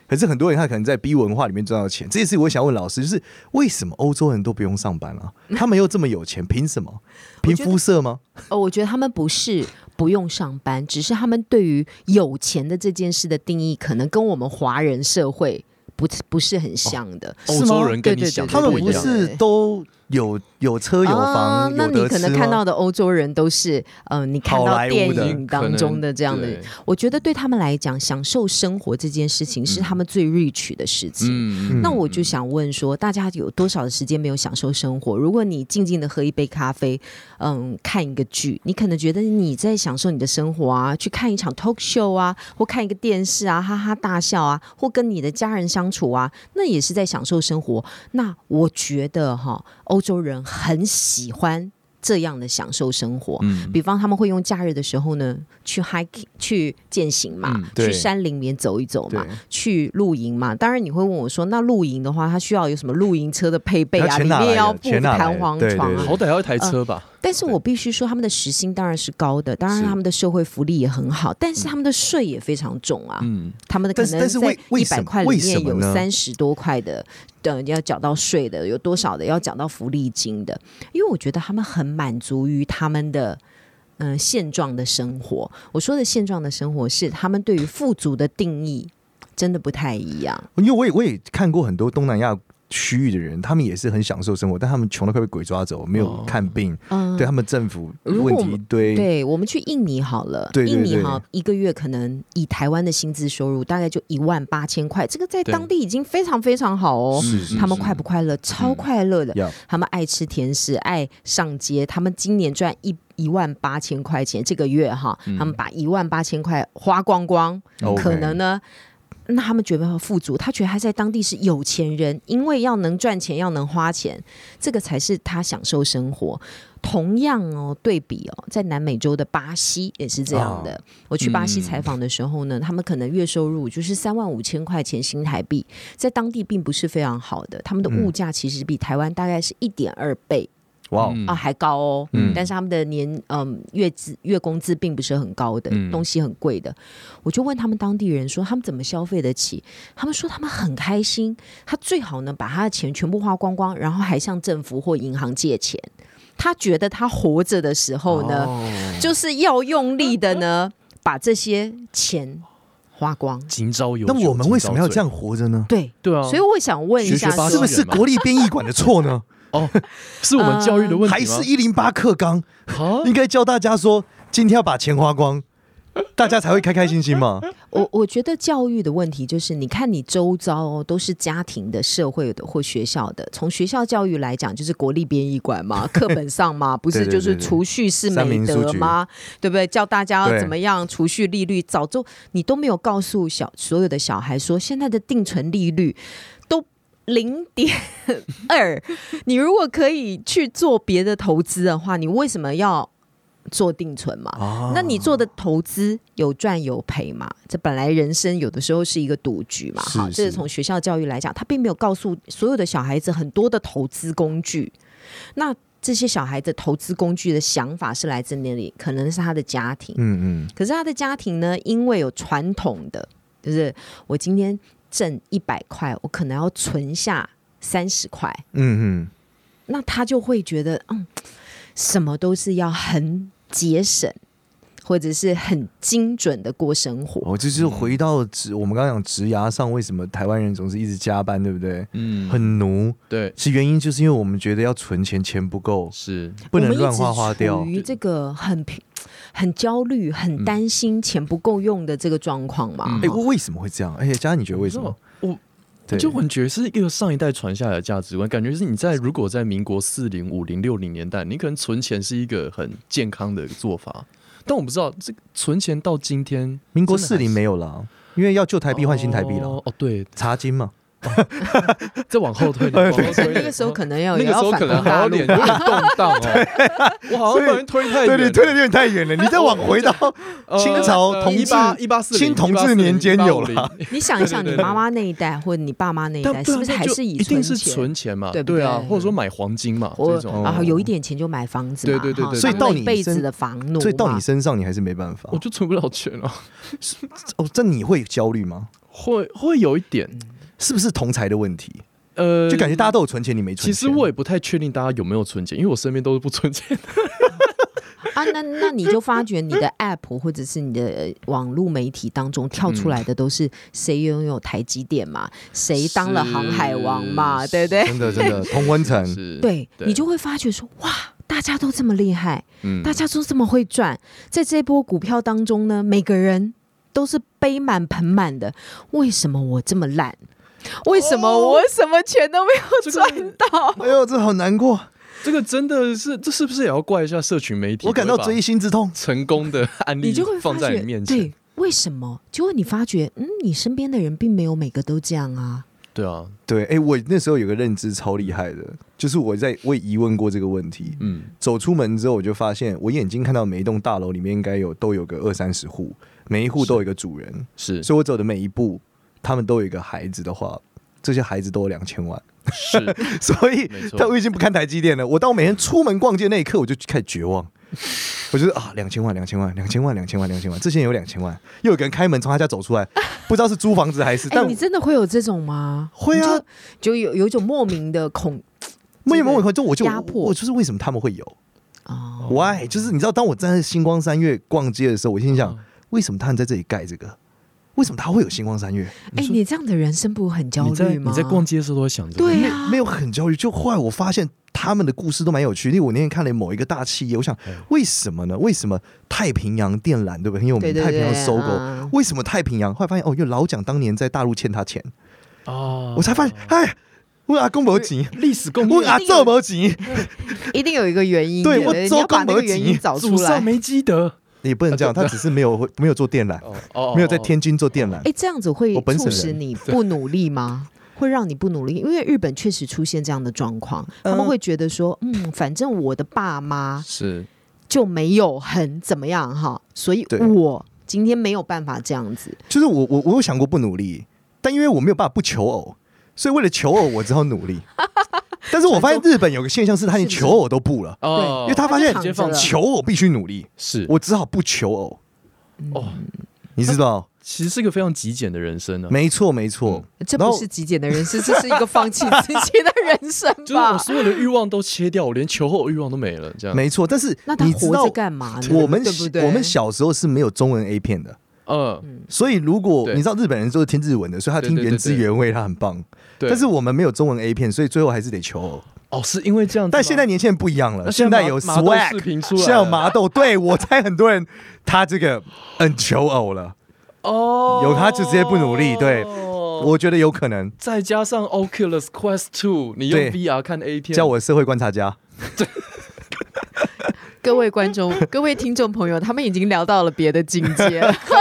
S3: 可是很多人他可能在 B 文化里面赚到钱。这件事我想问老师，就是为什么欧洲人都不用上班 啊？他们又这么有钱，凭什么？凭肤色吗？
S4: 哦，我觉得他们不是不用上班，只是他们对于有钱的这件事的定义，可能跟我们华人社会不不是很像的。
S3: 哦
S2: 欧洲人跟你
S4: 对对
S2: 想
S4: 对
S2: 的
S3: 他们
S2: 不一
S3: 不
S2: 样
S3: 是都有有车有
S4: 啊
S3: 房，
S4: 那
S3: 有
S4: 你
S3: 得
S4: 可
S3: 吃
S4: 能
S3: 吗
S4: 看到的欧洲人都是，呃，你看
S3: 好
S4: 到
S3: 莱坞
S4: 电
S3: 的
S4: 影
S2: 可
S4: 当
S2: 能
S4: 中的这样的
S2: 对
S4: 我觉得对他们来讲，享受生活这件事情是
S3: 嗯
S4: 他们最 rich 的事情。
S2: 嗯
S4: 那我就想问说，大家有多少的时间没有享受生活？如果你静静的喝一杯咖啡，嗯，看一个剧，你可能觉得你在享受你的生活啊，去看一场 talk show 啊，或看一个电视啊，哈哈大笑啊，或跟你的家人相处啊，那也是在享受生活。那我觉得哈，欧洲人很喜欢这样的享受生活。
S2: 嗯
S4: 比方他们会用假日的时候呢，去 hiking 去践行嘛，
S2: 嗯
S3: 对
S4: 去山林里面走一走嘛
S3: 对，
S4: 去露营嘛。当然你会问我说，那露营的话，它需要有什么露营车的配备
S3: 要
S4: 啊？
S3: 钱
S4: 里
S3: 哪来
S4: 面
S3: 的
S4: 要布
S3: 钱哪来的
S4: 弹簧
S3: 对
S4: 床
S3: 对
S4: 啊
S3: 对。
S2: 好歹要一台车吧？
S4: 但是我必须说，他们的时薪当然是高的，当然
S3: 是
S4: 他们的社会福利也很好，但是他们的税也非常重啊。
S2: 嗯，
S4: 他们的可
S3: 但是
S4: 能
S3: 但是
S4: 在
S3: 为
S4: 一
S3: 为什
S4: 百
S3: 么
S4: 块里
S3: 为什
S4: 面
S3: 么
S4: 有
S3: 呢
S4: 三十多块的，等要缴到税的，有多少的要缴到福利金的？因为我觉得他们很满足于他们的。嗯，现状的生活，我说的现状的生活是他们对于富足的定义真的不太一样。
S3: 因为我也我也看过很多东南亚区域的人，他们也是很享受生活，但他们穷的快被鬼抓走，没有
S2: 哦
S3: 看病，
S4: 嗯，
S3: 对他们政府
S4: 如果
S3: 问
S4: 我
S3: 题一
S4: 们
S3: 堆，
S4: 对我们去印尼好了，
S3: 对对
S4: 印尼
S3: 对
S4: 哈一个月可能以台湾的薪资收入大概就一万八千块，这个在
S2: 对
S4: 当地已经非常非常好哦。
S3: 是是
S4: 他们快不快乐？超快乐的，
S3: 要
S4: 他们爱吃甜食，爱上街。他们今年赚一一万八千块钱，这个月哈，他们把一万八千块花光光，
S3: OK
S4: 可能呢。那他们觉得富足，他觉得他在当地是有钱人，因为要能赚钱，要能花钱，这个才是他享受生活。同样哦，对比哦，在南美洲的巴西也是这样的。我去巴西采访的时候呢，他们可能月收入就是三万五千块钱新台币，在当地并不是非常好的，他们的
S2: 嗯
S4: 物价其实比台湾大概是一点二倍
S3: 哇哦，
S2: 嗯
S4: 啊，还高哦。
S2: 嗯
S4: 但是他们的年嗯月资月工资并不是很高的，
S2: 嗯
S4: 东西很贵的。我就问他们当地人说，他们怎么消费得起？他们说他们很开心，他最好呢把他的钱全部花光光，然后还向政府或银行借钱。他觉得他活着的时候呢，
S2: 哦
S3: 哦
S4: 就是要用力的呢把这些钱花光。
S2: 今朝有
S3: 那
S2: 酒
S3: 我们为什么要这？
S2: 今朝
S3: 样活着呢？
S4: 对，
S2: 醉对啊，
S4: 所以我想问一
S2: 学
S4: 下
S2: 学巴
S4: 说，
S2: 西
S3: 是不是国立编译馆的错呢？
S2: 哦，是我们教育的问题吗
S3: 还是一零八课纲
S2: 啊？
S3: 应该教大家说，今天要把钱花光，大家才会开开心心嘛？
S4: 我我觉得教育的问题就是，你看你周遭哦，都是家庭的、社会的或学校的。从学校教育来讲，就是国立编译馆嘛，课本上嘛，不是
S3: 对对
S4: 就
S3: 对
S4: 是
S3: 对
S4: 储蓄是
S3: 三
S4: 美
S3: 民书
S4: 德
S3: 局
S4: 吗？对不对？教大家要
S3: 对
S4: 怎么样储蓄利率，早就你都没有告诉小所有的小孩说，现在的定存利率都零点二，你如果可以去做别的投资的话，你为什么要做定存嘛？
S3: 啊，
S4: 那你做的投资有赚有赔嘛？这本来人生有的时候是一个赌局嘛，
S3: 是
S4: 哈，这是
S3: 是
S4: 从学校教育来讲，他并没有告诉所有的小孩子很多的投资工具。那这些小孩子投资工具的想法是来自哪里？可能是他的家庭，
S3: 嗯嗯，
S4: 可是他的家庭呢，因为有传统的，就是我今天挣一百块，我可能要存下三十块，
S3: 嗯嗯，
S4: 那他就会觉得，嗯，什么都是要很节省，或者是很精准的过生活。
S3: 哦，这就是回到职，我们刚刚讲职涯上，为什么台湾人总是一直加班，对不对？
S2: 嗯，
S3: 很奴，
S2: 对，
S3: 其实原因就是因为我们觉得要存钱，钱不够，
S2: 是
S3: 不
S4: 我
S3: 能
S4: 们一
S3: 乱
S4: 直
S3: 花花掉
S4: 处。于这个很平、很焦虑、很担心钱不够用的这个状况嘛。
S3: 哎，为为什么会这样？而且佳，你觉得为什么？
S2: 我
S3: 对，
S2: 就感觉是一个上一代传下来的价值观，感觉是你在如果在民国四零、五零、六零年代，你可能存钱是一个很健康的做法，但我不知道这个存钱到今天，
S3: 民国
S2: 真的
S3: 四
S2: 还
S3: 零
S2: 是
S3: 没有了，啊因为要旧台币换新台币了
S2: 哦，，哦对，
S3: 查金嘛。
S2: 再往后推，往后推，
S4: 那个时候可能要
S2: 那
S4: 也
S2: 个时
S4: 要
S2: 候
S4: 反
S2: 可能
S4: 攻
S2: 还
S4: 大
S2: 有
S4: 陆
S2: 点有点动荡哦，我好像不人推太远
S3: 对对，
S2: 了，
S3: 推的有点太 远了，你再往回到 清朝同
S2: 呃一
S3: 治
S2: 八一八四
S3: 清同治年间有了，
S4: 你想一想，
S2: 对对
S4: 你
S2: 对
S4: 妈妈那一代或者你爸妈那一
S2: 但
S4: 代，
S2: 对
S4: 哎是
S2: 啊
S4: 不是
S2: 那
S4: 还
S2: 就是
S4: 以
S2: 一定是
S4: 钱？
S2: 存钱嘛？
S4: 对不
S2: 啊，
S4: 对啊
S2: 或者说买黄金嘛
S4: 我
S2: 这种。
S4: 然后有一点钱就买房子嘛，
S2: 对对对
S4: 哈
S2: 对
S3: 所以
S4: 当
S3: 到
S4: 了
S3: 你
S4: 一辈子
S3: 身
S4: 的房奴嘛，
S3: 所以到你身上你还是没办法
S2: 我。就存不了钱了，
S3: 哦，这你会焦虑吗？
S2: 会会有一点，
S3: 是不是同财的问题？
S2: 呃，
S3: 就感觉大家都有存钱，你没存
S2: 其
S3: 钱。
S2: 实我也不太确定大家有没有存钱，因为我身边都是不存钱的。
S4: 啊，那那你就发觉你的 App 或者是你的呃网络媒体当中跳
S2: 嗯
S4: 出来的都是谁拥有台积电嘛，谁当了航海王嘛，
S2: 是
S4: 对不对？
S3: 真的真 的通关城，
S2: 是，
S4: 对你就会发觉说，哇，大家都这么厉害，
S2: 嗯
S4: 大家都这么会赚，在这波股票当中呢，每个人都是杯满盆满的，为什么我这么烂？为什么
S2: 哦
S4: 我什么钱都没有赚到？
S3: 哎呦，这好难过，
S2: 这个真的是，这是不是也要怪一下社群媒体？
S3: 我感到
S2: 会把
S3: 锥心之痛。
S2: 成功的案
S4: 你
S2: 例
S4: 就会发
S2: 放在
S4: 觉，
S2: 你面前
S4: 对，，为什么？结果你发觉，嗯，你身边的人并没有每个都这样啊。
S2: 对啊，
S3: 对，哎、我那时候有个认知超厉害的，就是我在我也疑问过这个问题。
S2: 嗯，
S3: 走出门之后，我就发现我眼睛看到每一栋大楼里面应该有都有个二三十户，每一户都有一个主人，
S2: 是
S3: 所以我走的每一步，他们都有一个孩子的话，这些孩子都有两千万，
S2: 是，
S3: 所以
S2: 没错
S3: 但我已经不看台积电了。我当我每天出门逛街那一刻，我就开始绝望。我就是啊，两千万，两千万，两千万，两千万，两千万，这些人有两千万，又有个人开门从他家走出来，不知道是租房子还是，
S4: 哎、
S3: 但
S4: 你真的会有这种吗？
S3: 会啊
S4: 你就，就有有一种莫名的恐
S3: 没有没有，我就我就
S4: 压迫
S3: 我就是为什么他们会有？
S4: 啊、
S3: Why？就是你知道，当我站在星光三月逛街的时候，我心想
S2: 嗯，
S3: 为什么他们在这里盖这个？为什么他会有星光三月？
S4: 哎、你这样的人生不会很 焦
S2: 你在
S4: 虑
S2: 你
S4: 吗？
S2: 在逛街的时候都会想着，
S4: 对
S3: 没
S4: 啊
S3: 没有很焦虑。就后来我发现他们的故事都蛮有趣。因为我那天看了某一个大企业，我想
S4: 嗯
S3: 为什么呢？为什么太平洋电缆对不对？很有
S4: 对
S3: 名，
S4: 对
S3: 太平洋
S4: 对
S3: 收购
S4: 嗯。
S3: 为什么太平洋？后来发现哦，因为老蒋当年在大陆欠他钱，
S2: 哦，
S3: 我才发现，哎，我阿公没钱，
S2: 历史共
S3: 我阿这没钱，
S4: 一定有一个 原因，
S3: 对
S4: 不
S3: 我
S4: 你
S3: 周
S4: 要把
S3: 公
S4: 那个
S3: 不
S4: 原
S3: 及
S4: 因找
S2: 祖
S4: 出
S2: 上
S4: 来。
S2: 没积德，
S3: 也不能这样，他只是没有没有做电缆，
S2: 哦哦
S3: 没有在，天津做电缆
S4: 哎、。这样子会
S3: 我本省
S4: 促
S3: 人
S4: 使你不努力吗？会让你不努力，因为日本确实出现这样的状况，他们会觉得说，嗯，反正我的爸妈
S2: 是
S4: 就没有很怎么样哈，所以
S3: 对
S4: 我今天没有办法这样子。
S3: 就是我我我有想过不努力，但因为我没有办法不求偶，所以为了求偶我只好努力。 但是我发现日本有个现象是，他连求偶都不了，
S2: 哦，
S3: 因为他发现
S4: 他就
S2: 直接放
S4: 躺着了
S3: 求偶必须努力，
S2: 是
S3: 我只好不求偶，
S2: 哦，
S3: 你知道？
S2: 其实是一个非常极简的人生呢。啊
S3: 没错没错，
S2: 嗯
S4: 这
S3: 然
S4: 不
S3: 后
S4: 是极简的人生， 这是一个放弃自己的人生
S2: 就是我
S4: 吧？
S2: 所有的欲望都切掉，我连求后欲望都没了，这样。
S3: 没错。但是
S4: 那他
S3: 你知
S4: 活
S3: 道
S4: 着干嘛呢？
S3: 我们
S4: 对不对？
S3: 我们小时候是没有中文 A 片的，
S2: 嗯，
S3: 所以如果
S2: 对
S3: 你知道日本人都是听日文的，所以他听
S2: 对对对
S3: 原汁
S2: 对
S3: 原味，他很棒。
S2: 对。
S3: 但是我们没有中文 A 片，所以最后还是得求偶。
S2: 哦，是因为这样子吗，
S3: 但现在年轻人不一样了，
S2: 那
S3: 现
S2: 现
S3: 在
S2: 在
S3: 有
S2: 麻麻豆
S3: swag，
S2: 视频出来了
S3: 现在有麻豆，对我猜很多人他这个很求偶了，
S2: 哦，
S3: 有他就直接不努力对
S2: 我
S3: 我觉得有可能。
S2: 再加上 Oculus Quest Two，你用
S3: 对
S2: VR 看 A 片，
S3: 叫我社会观察家，
S4: 各位观众、各位听众朋友，他们已经聊到了别的境界 了。
S2: 科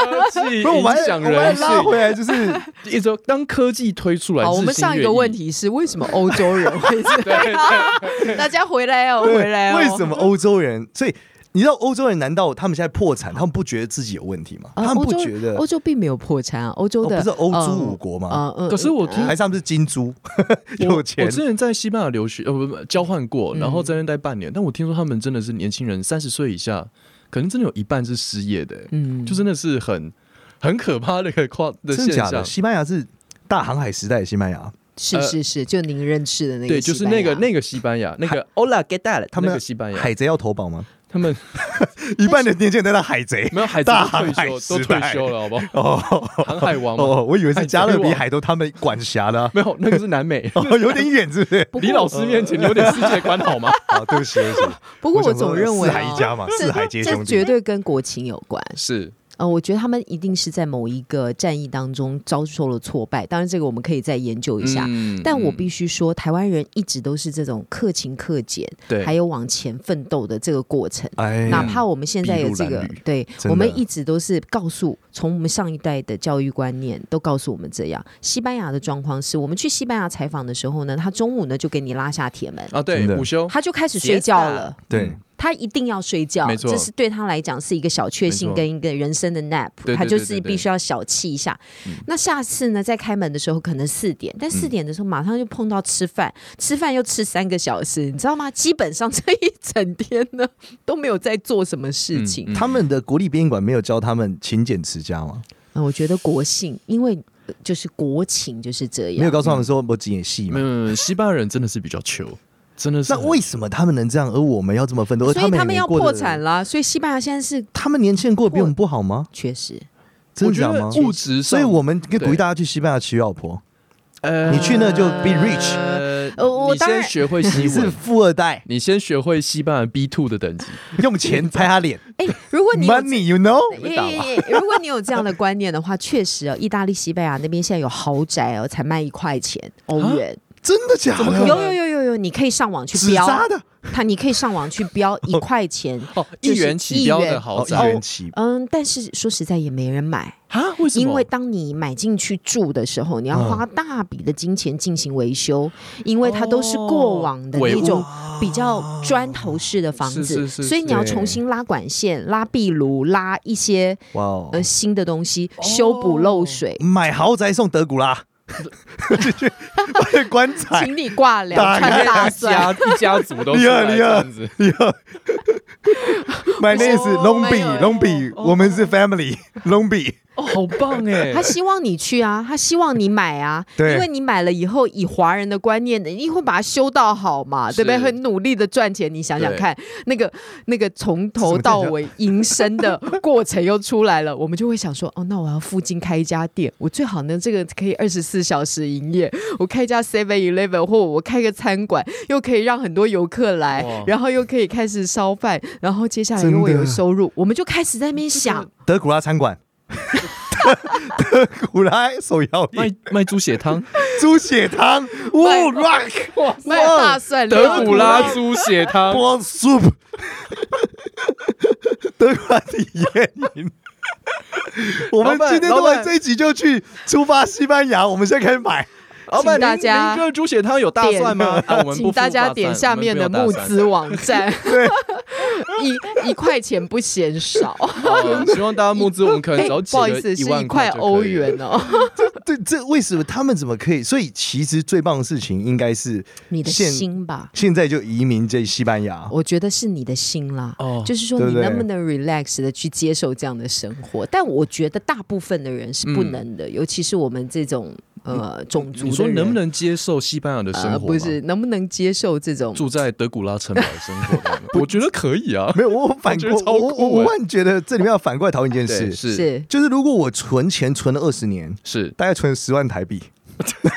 S2: 技
S3: 不是我们
S2: 影
S3: 还
S2: 响
S3: 我们还
S2: 人
S3: 拉回
S2: 性。
S3: 来，就是
S2: 一直当科技推出来，
S4: 好，我
S2: 日
S4: 们
S2: 新
S4: 上一
S2: 月
S4: 个
S2: 异
S4: 问，题是为什么欧洲人会这样？ 大家回来哦，
S3: 对
S4: 回来哦。
S3: 为什么欧洲人？所以你知道欧洲人难道他们现在破产，他们不觉得自己有问题吗？
S4: 哦啊？
S3: 他们
S4: 欧
S3: 不
S4: 洲
S3: 觉得
S4: 欧？洲并没有破产啊，欧洲的
S3: 哦不是欧洲
S4: 嗯
S3: 五国吗
S4: 啊嗯
S2: 可是我听
S3: 还是他们是金猪
S2: 我
S3: 有钱
S2: 我？之前在西班牙留学，呃，不不，交换过，然后在那待半年。但我听说他们真的是年轻人，三十岁以下，可能真的有一半是失业的、
S4: 嗯
S2: 就真的是很很可怕的一个跨的
S3: 真
S2: 现
S3: 的假
S2: 象
S3: 的？。西班牙是大航海时代的西班牙，
S4: 是
S2: 呃
S4: 是是，就您认识的那个
S2: 对，就是那个那
S4: 个
S2: 个西班牙，那个 Hola ¿qué tal？
S3: 他们
S2: 那个西班牙，
S3: 海贼要投保吗？
S2: 他们
S3: 一半的年轻人在那海贼
S2: 没有孩子
S3: 大
S2: 都
S3: 航
S2: 退
S3: 海
S2: 休，都
S3: 时代
S2: 退休了，好不好？
S3: 哦。
S2: 航海王嘛，
S3: 哦，我以为是加勒比海都他们管辖的啊、。
S2: 没有，那个是南美
S3: 哦，有点远是不 呃是？
S2: 李老师面前你有点世界观好吗？
S3: 好，对不起，对不起。
S4: 不过
S3: 我想说
S4: 总认为啊
S3: 四海一家嘛
S4: 这
S3: 四海皆兄弟
S4: 这绝对跟国情有关。
S2: 是
S4: 呃，我觉得他们一定是在某一个战役当中遭受了挫败，当然这个我们可以再研究一下。
S2: 嗯
S4: 但我
S2: 嗯
S4: 必须说，台湾人一直都是这种克勤克俭，
S2: 对
S4: 还有往前奋斗的这个过程。
S3: 哎
S4: 哪怕我们现在有这
S3: 筚路
S4: 个
S3: 蓝缕，
S4: 对
S3: 真的
S4: 我们一直都是告诉，从我们上一代的教育观念都告诉我们这样。西班牙的状况是我们去西班牙采访的时候呢，他中午呢就给你拉下铁门，
S2: 啊，对
S3: 真的
S2: 午 休，
S4: 他就开始睡觉了。
S3: 对，
S4: 他一定要睡觉，
S2: 没错
S4: 这是对他来讲是一个小确幸
S2: 没错
S4: 跟一个人生的 nap，
S2: 对对
S4: 他就
S2: 对
S4: 是
S2: 对嗯对
S4: 必须要小憩一下。那下次呢，在开门的时候可能四点，
S2: 嗯
S4: 但四点的时候马上就碰到吃饭，吃饭又吃三个小时，你知道吗？基本上这一整天呢都没有在做什么事情。
S2: 嗯
S3: 他们的国立殡仪馆没有教他们勤俭持家吗？
S4: 嗯，我觉得国性，因为呃就是国情就是这
S3: 没有
S4: 样。
S3: 告诉他们说我几演戏吗？
S2: 没嗯有，没有没有西班牙人真的是比较穷，真的是
S3: 那
S2: 很
S3: 为什么他们能这样，而我们要这么奋斗？而
S4: 所以
S3: 他
S4: 他
S3: 们
S4: 们
S3: 也
S4: 要
S3: 过得
S4: 破产，啦。所以西班牙现在是
S3: 他们年限过得比我们不好吗？
S4: 确实，
S3: 真
S2: 我
S3: 的这
S2: 觉
S3: 样
S2: 得
S3: 吗？
S2: 物质上，
S3: 所以我们跟
S2: 对
S3: 鼓励大家去西班牙娶老婆，
S2: 呃
S3: 你去那就 be rich，
S2: 呃，
S4: 呃我
S2: 你
S4: 当
S2: 先
S4: 然
S2: 学会西
S3: 你 是
S2: 文，
S3: 富二代，
S2: 你先学会西班牙 B two 的等级，
S3: 用钱拍他脸
S4: 哎，如果你有
S3: ，money you know，
S4: 耶耶哎 耶如果你有这样的观念的话，确实哦，意大利、西班牙那边现在有豪宅哦，才卖一块钱欧
S2: 啊
S4: 元，
S3: 真的假
S2: 怎么可
S4: 有
S2: 能
S3: 的？
S4: 有有有有，你可以上网去
S3: 纸
S4: 标，啊
S3: 扎的，
S4: 他你可以上网去 标一块钱，
S2: 哦，
S4: 就
S2: 一
S4: 是
S2: 元起标
S4: 一元
S2: 的豪宅
S3: 一元起，
S4: 嗯，但是说实在也没人买，
S2: 啊？为什么？
S4: 因为当你买进去住的时候，你要花
S2: 嗯
S4: 大笔的金钱进行维修，因为它都是过往的
S2: 哦
S4: 那
S2: 鬼屋
S4: 种比较砖头式的房子，
S2: 是是是
S4: 所以你要
S3: 是
S4: 重新拉管线、拉壁炉、拉一些
S3: 哇哦
S4: 呃！新的东西，修补漏水。
S3: 买豪宅送德古拉，棺材，
S4: 请你挂粮
S3: 打开
S4: 穿大
S2: 家
S4: 蒜，
S2: 一家族都
S3: 厉害
S2: 出来
S3: 厉害
S2: 这样子
S3: 买那是隆比
S2: 哎呦
S3: 隆比，我们是 family 隆比，
S2: 哦，好棒 哎
S4: 他！希望你去啊，他希望你买啊，
S3: 对
S4: 因为你买了以后，以华人的观念，你一定会把它修到好嘛，对不对？
S2: 是
S4: 很努力的赚钱，你想想
S2: 对
S4: 看，那个那个从头到尾营生的过程又出来了，我们就会想说，哦， 那我要附近开一家店，我最好呢，这个可以二十四小时营业，我开一家 Seven Eleven 或我开个餐馆，又可以让很多游客来
S2: 哇，
S4: 然后又可以开始烧饭，然后接下来
S3: 真的
S4: 又会有收入，我们就开始在那边想。
S3: 德古拉餐馆，德古拉手摇
S2: 卖
S3: 饮，
S2: 卖猪血汤，
S3: 猪血汤，
S4: 卖
S3: 哦 rock 哇
S4: 卖大蒜、 啊
S2: 德古
S4: 料
S2: 拉
S4: 理
S2: 猪血汤，
S3: 波 soup，德古拉体验营。我们
S2: 老板
S3: 今天录
S2: 老
S3: 完
S2: 板
S3: 这一集就去出发西班牙，我们现在开始买。
S2: 老板，
S4: 请大
S2: 您
S4: 家
S2: 您这个猪血汤有大蒜吗？ 啊我们不
S4: 请
S2: 付
S4: 大
S2: 大
S4: 家
S2: 蒜
S4: 点下面的募资。网 站， 一一块钱不 嫌少。
S2: 我们没有大蒜哦希望大家募资，我们可能
S4: 哎
S2: 只要
S4: 不好意思，是
S2: 一
S4: 一
S2: 万
S4: 块
S2: 就可以
S4: 欧元。哦。
S3: 对，这为什么他们怎么可以？所以其实最棒的事情应该是
S4: 你的
S3: 现
S4: 心吧，
S3: 现在就移民这西班牙。
S4: 我觉得是你的心啦。
S2: 哦
S4: 就是说，
S3: 对
S4: 你
S3: 不对
S4: 能不能 relax 的去接受这样的生活？但我觉得大部分的人是不
S2: 嗯
S4: 能的，尤其是我们这种呃种族的
S2: 你说
S4: 人
S2: 能不能接受西班牙的生活
S4: 呃
S2: 吗？
S3: 啊
S4: 不是能不能接受这种
S2: 住在德古拉城堡的生活吗， 我觉得可以啊。
S3: 没有，我反
S2: 我觉
S3: 过
S2: 得超
S3: 我我
S2: 酷
S3: 我
S2: 欸
S3: 忽然觉得这里面要反过来讨论一件
S2: 对，
S3: 事，
S2: 是
S4: 是
S3: 就是如果我存钱存了二十年，
S2: 是，
S3: 大概存十万台币，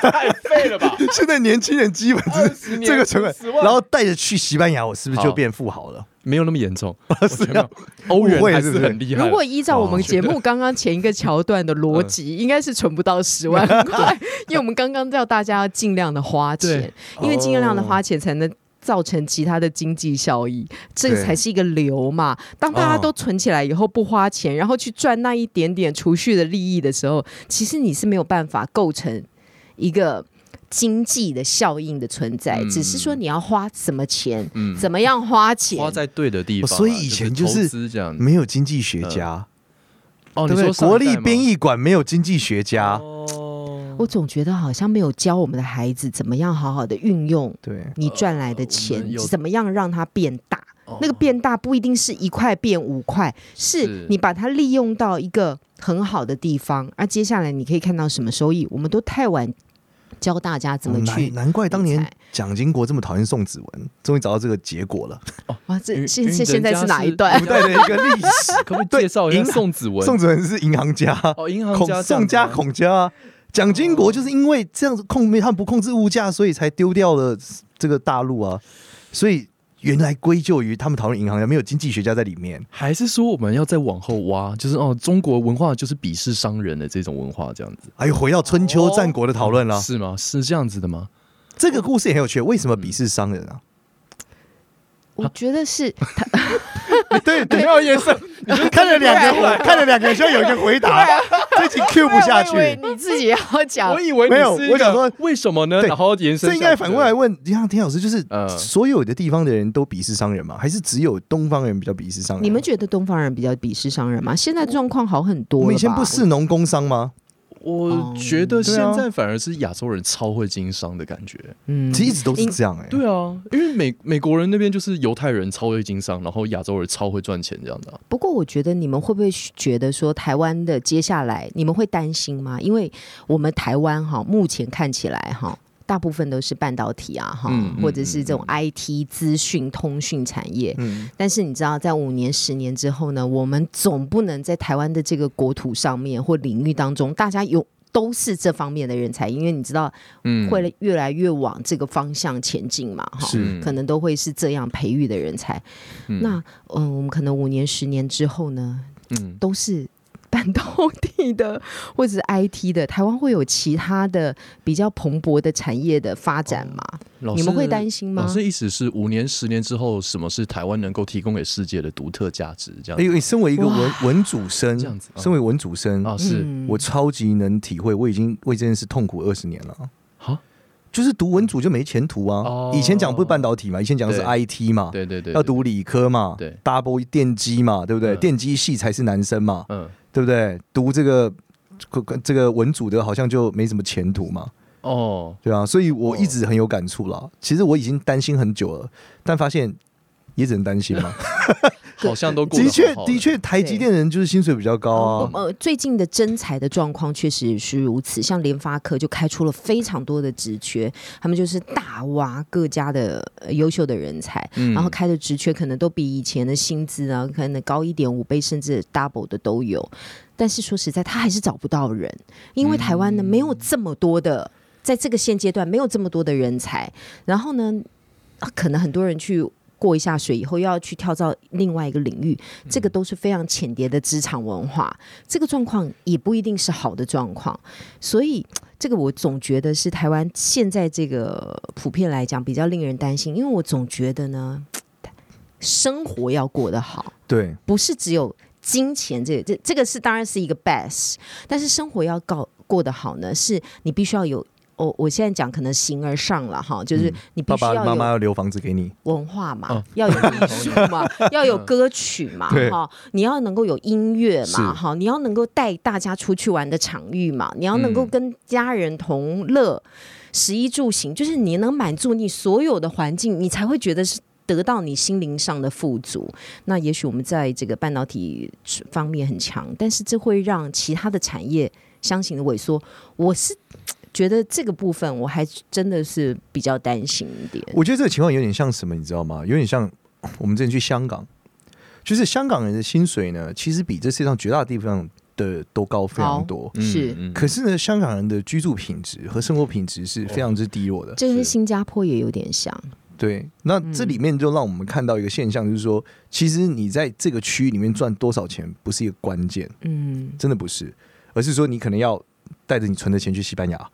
S2: 太废了吧？
S3: 现在年轻人基本
S2: 二
S3: 是
S2: 十年
S3: 这个成本
S2: 存10，万
S3: 然后带着去西班牙，我是不是就
S2: 好
S3: 变富豪了？
S2: 没有那么严 重，我觉得没有欧元
S3: 啊误会
S2: 还
S3: 是不是
S2: 很厉害的。
S4: 如果依照我们节
S2: 哦嗯
S4: 目刚刚前一个桥段的逻辑，应该是存不到十万 块，因为我们刚刚叫大家要尽量的花钱
S2: 对，
S4: 因为尽量的花钱才能。造成其他的经济效益，这个
S3: 对
S4: 才是一个流嘛。当大家
S3: 哦
S4: 都存起来以后不花钱，然后去赚那一点点储蓄的利益的时候，其实你是没有办法构成一个经济的效应的存在。
S2: 嗯
S4: 只是说你要花什么钱，
S2: 嗯
S4: 怎么样花钱，
S2: 花在对的地方啊，
S3: 哦所以以前就是
S2: 投资这样。
S3: 没有经济学家，
S2: 嗯哦，
S3: 对
S2: 你
S3: 不对？
S2: 说
S3: 国立
S2: 兵
S3: 殡仪馆没有经济学家，
S2: 哦，
S4: 我总觉得好像没有教我们的孩子怎么样好好的运用
S3: 对，
S4: 你赚来的
S2: 呃我
S4: 钱
S2: 们，有
S4: 怎么样让它变大？
S2: 哦
S4: 那个变大不一定是一块变五块，是
S2: 是
S4: 你把它利用到一个很好的地方，而、接下来你可以看到什么收益。我们都太晚教大家怎么去
S3: 哦难难怪当年
S4: 理财
S3: 蒋经国这么讨厌宋子文，终于找到这个结果了。
S4: 哇，这
S2: 云
S4: 现
S2: 云
S4: 现
S2: 人
S4: 现在
S2: 家
S4: 是哪一
S2: 是
S4: 段
S3: 古？代的一个历史，
S2: 可不可以介绍一下
S3: 对银
S2: 宋子文？
S3: 宋子文是银行家，
S2: 哦，银行
S3: 孔
S2: 家这样子吗
S3: 宋家孔家啊，蒋经国就是因为这样子控，他们不控制物价，所以才丢掉了这个大陆啊。所以原来归咎于他们讨论银行家没有经济学家在里面。
S2: 还是说我们要再往后挖，就是哦，中国文化就是鄙视商人的这种文化，这样子
S3: 哎呦，回到春秋
S2: 哦
S3: 战国的讨论了，
S2: 是吗？是这样子的吗？
S3: 这个故事也很有趣。为什么鄙视商人啊？
S4: 我觉 得是
S3: 对，没有眼神，你就 看着两个人，看着两个人，需要有一个回答，这集 Q 不下去。
S4: 哎我以为你自己要讲
S2: 我。以为
S3: 没有
S2: 你是一个
S3: 我想说
S2: 为什么呢？
S3: 对
S2: 然后延伸
S3: 这应
S2: 下去，
S3: 该反过来问，你像田老师，就是
S2: 呃
S3: 所有的地方的人都鄙视商人吗？还是只有东方人比较鄙视商人？
S4: 你们觉得东方人比较鄙视商人吗？现在状况好很多
S3: 我
S4: 了吧。
S3: 们以前不是农工商吗？
S2: 我
S3: 哦
S2: 觉得
S3: 啊
S2: 现在反而是亚洲人超会经商的感觉。
S3: 哎
S4: 嗯，
S3: 其实一直都是这样哎、
S2: 对啊，因为美美国人那边就是犹太人超会经商，然后亚洲人超会赚钱这样的啊、
S4: 不过，我觉得你们会不会觉得说，台湾的接下来你们会担心吗？因为我们台湾哈，目前看起来哈，大部分都是半导体啊，哈、
S2: 嗯嗯
S4: 或者是这种 IT 资讯通讯产业。
S3: 嗯，
S4: 但是你知道，在五年、十年之后呢，我们总不能在台湾的这个国土上面或领域当中，大家有都是这方面的人才，因为你知道
S2: 嗯，
S4: 会越来越往这个方向前进嘛，哈。
S2: 是
S4: 可能都会是这样培育的人才。
S2: 嗯
S4: 那嗯，我们可能五年、十年之后呢，
S2: 嗯
S4: 都是半导体的 或者是 IT 的，台湾会有其他的比较蓬勃的产业的发展吗？
S2: 哦老
S4: 你们
S2: 师
S4: 会担心吗
S2: 老师意思是五年、十年之后，什么是台湾能够提供给世界的独特价值？这样
S3: 哎
S2: 子
S3: 呦，你身为一个文文主生，
S2: 这样子哦
S3: 身为文主生，
S2: 啊？是
S4: 嗯
S3: 我超级能体会，我已经为这件事痛苦二十年了。
S2: 好，
S3: 就是读文组就没前途啊！
S2: 哦
S3: 以前讲不是半导体嘛，以前讲的是
S2: 对
S3: IT 嘛，
S2: 对对对，
S3: 要读理科嘛，
S2: 对
S3: ，double 电机嘛，对不对？
S2: 嗯
S3: 电机系才是男生嘛，
S2: 嗯
S3: 对不对？读这个这个文组的好像就没什么前途嘛，
S2: 哦，
S3: 对啊，所以我一直很有感触啦。其实我已经担心很久了，但发现也只能担心嘛。
S2: 好像都过得
S3: 的确
S2: 好，好
S3: 的，确，台积电人就是薪水比较高啊。
S4: 呃，最近的征才的状况确实是如此，像联发科就开出了非常多的职缺，他们就是大挖各家的呃优秀的人才，
S2: 嗯
S4: 然后开的职缺可能都比以前的薪资啊，可能高一点五倍甚至 double 的都有。但是说实在，他还是找不到人，因为台湾呢没有这么多的，在这个现阶段没有这么多的人才。然后呢，啊可能很多人去过一下水以后，又要去跳到另外一个领域，这个都是非常浅碟的职场文化。这个状况也不一定是好的状况，所以这个我总觉得是台湾现在这个普遍来讲比较令人担心，因为我总觉得呢，生活要过得好，
S3: 对，
S4: 不是只有金钱这这这个是当然是一个 best，但是生活要搞过得好呢，是你必须要有。我、我现在讲可能形而上了哈，就是你必
S3: 爸
S4: 须
S3: 嗯爸
S4: 要有
S3: 妈妈要留房子给你，
S4: 文化嘛，
S2: 哦
S4: 要有艺术 嘛，要有歌曲嘛，
S3: 对
S4: 哈，你要能够有音乐
S2: 是
S4: 嘛，哈，你要能够带大家出去玩的场域嘛，你要能够
S2: 嗯
S4: 跟家人同乐，食衣住行，就是你能满足你所有的环境，你才会觉得是。得到你心灵上的富足，那也许我们在这个半导体方面很强，但是这会让其他的产业相形的萎缩。我是觉得这个部分，我还真的是比较担心一点。
S3: 我觉得这个情况有点像什么，你知道吗？有点像我们之前去香港，就是香港人的薪水呢，其实比这世界上绝大地方的都高非常多。
S2: 嗯
S4: 是
S2: 嗯
S3: 可是呢，香港人的居住品质和生活品质是非常之低落的。
S4: 这跟
S2: 是
S4: 新加坡也有点像，
S3: 对，那
S4: 嗯
S3: 这里面就让我们看到一个现象，就是说，其实你在这个区域里面赚多少钱，不是一个关键，
S4: 嗯，
S3: 真的不是，而是说你可能要带着你存的钱去西班牙，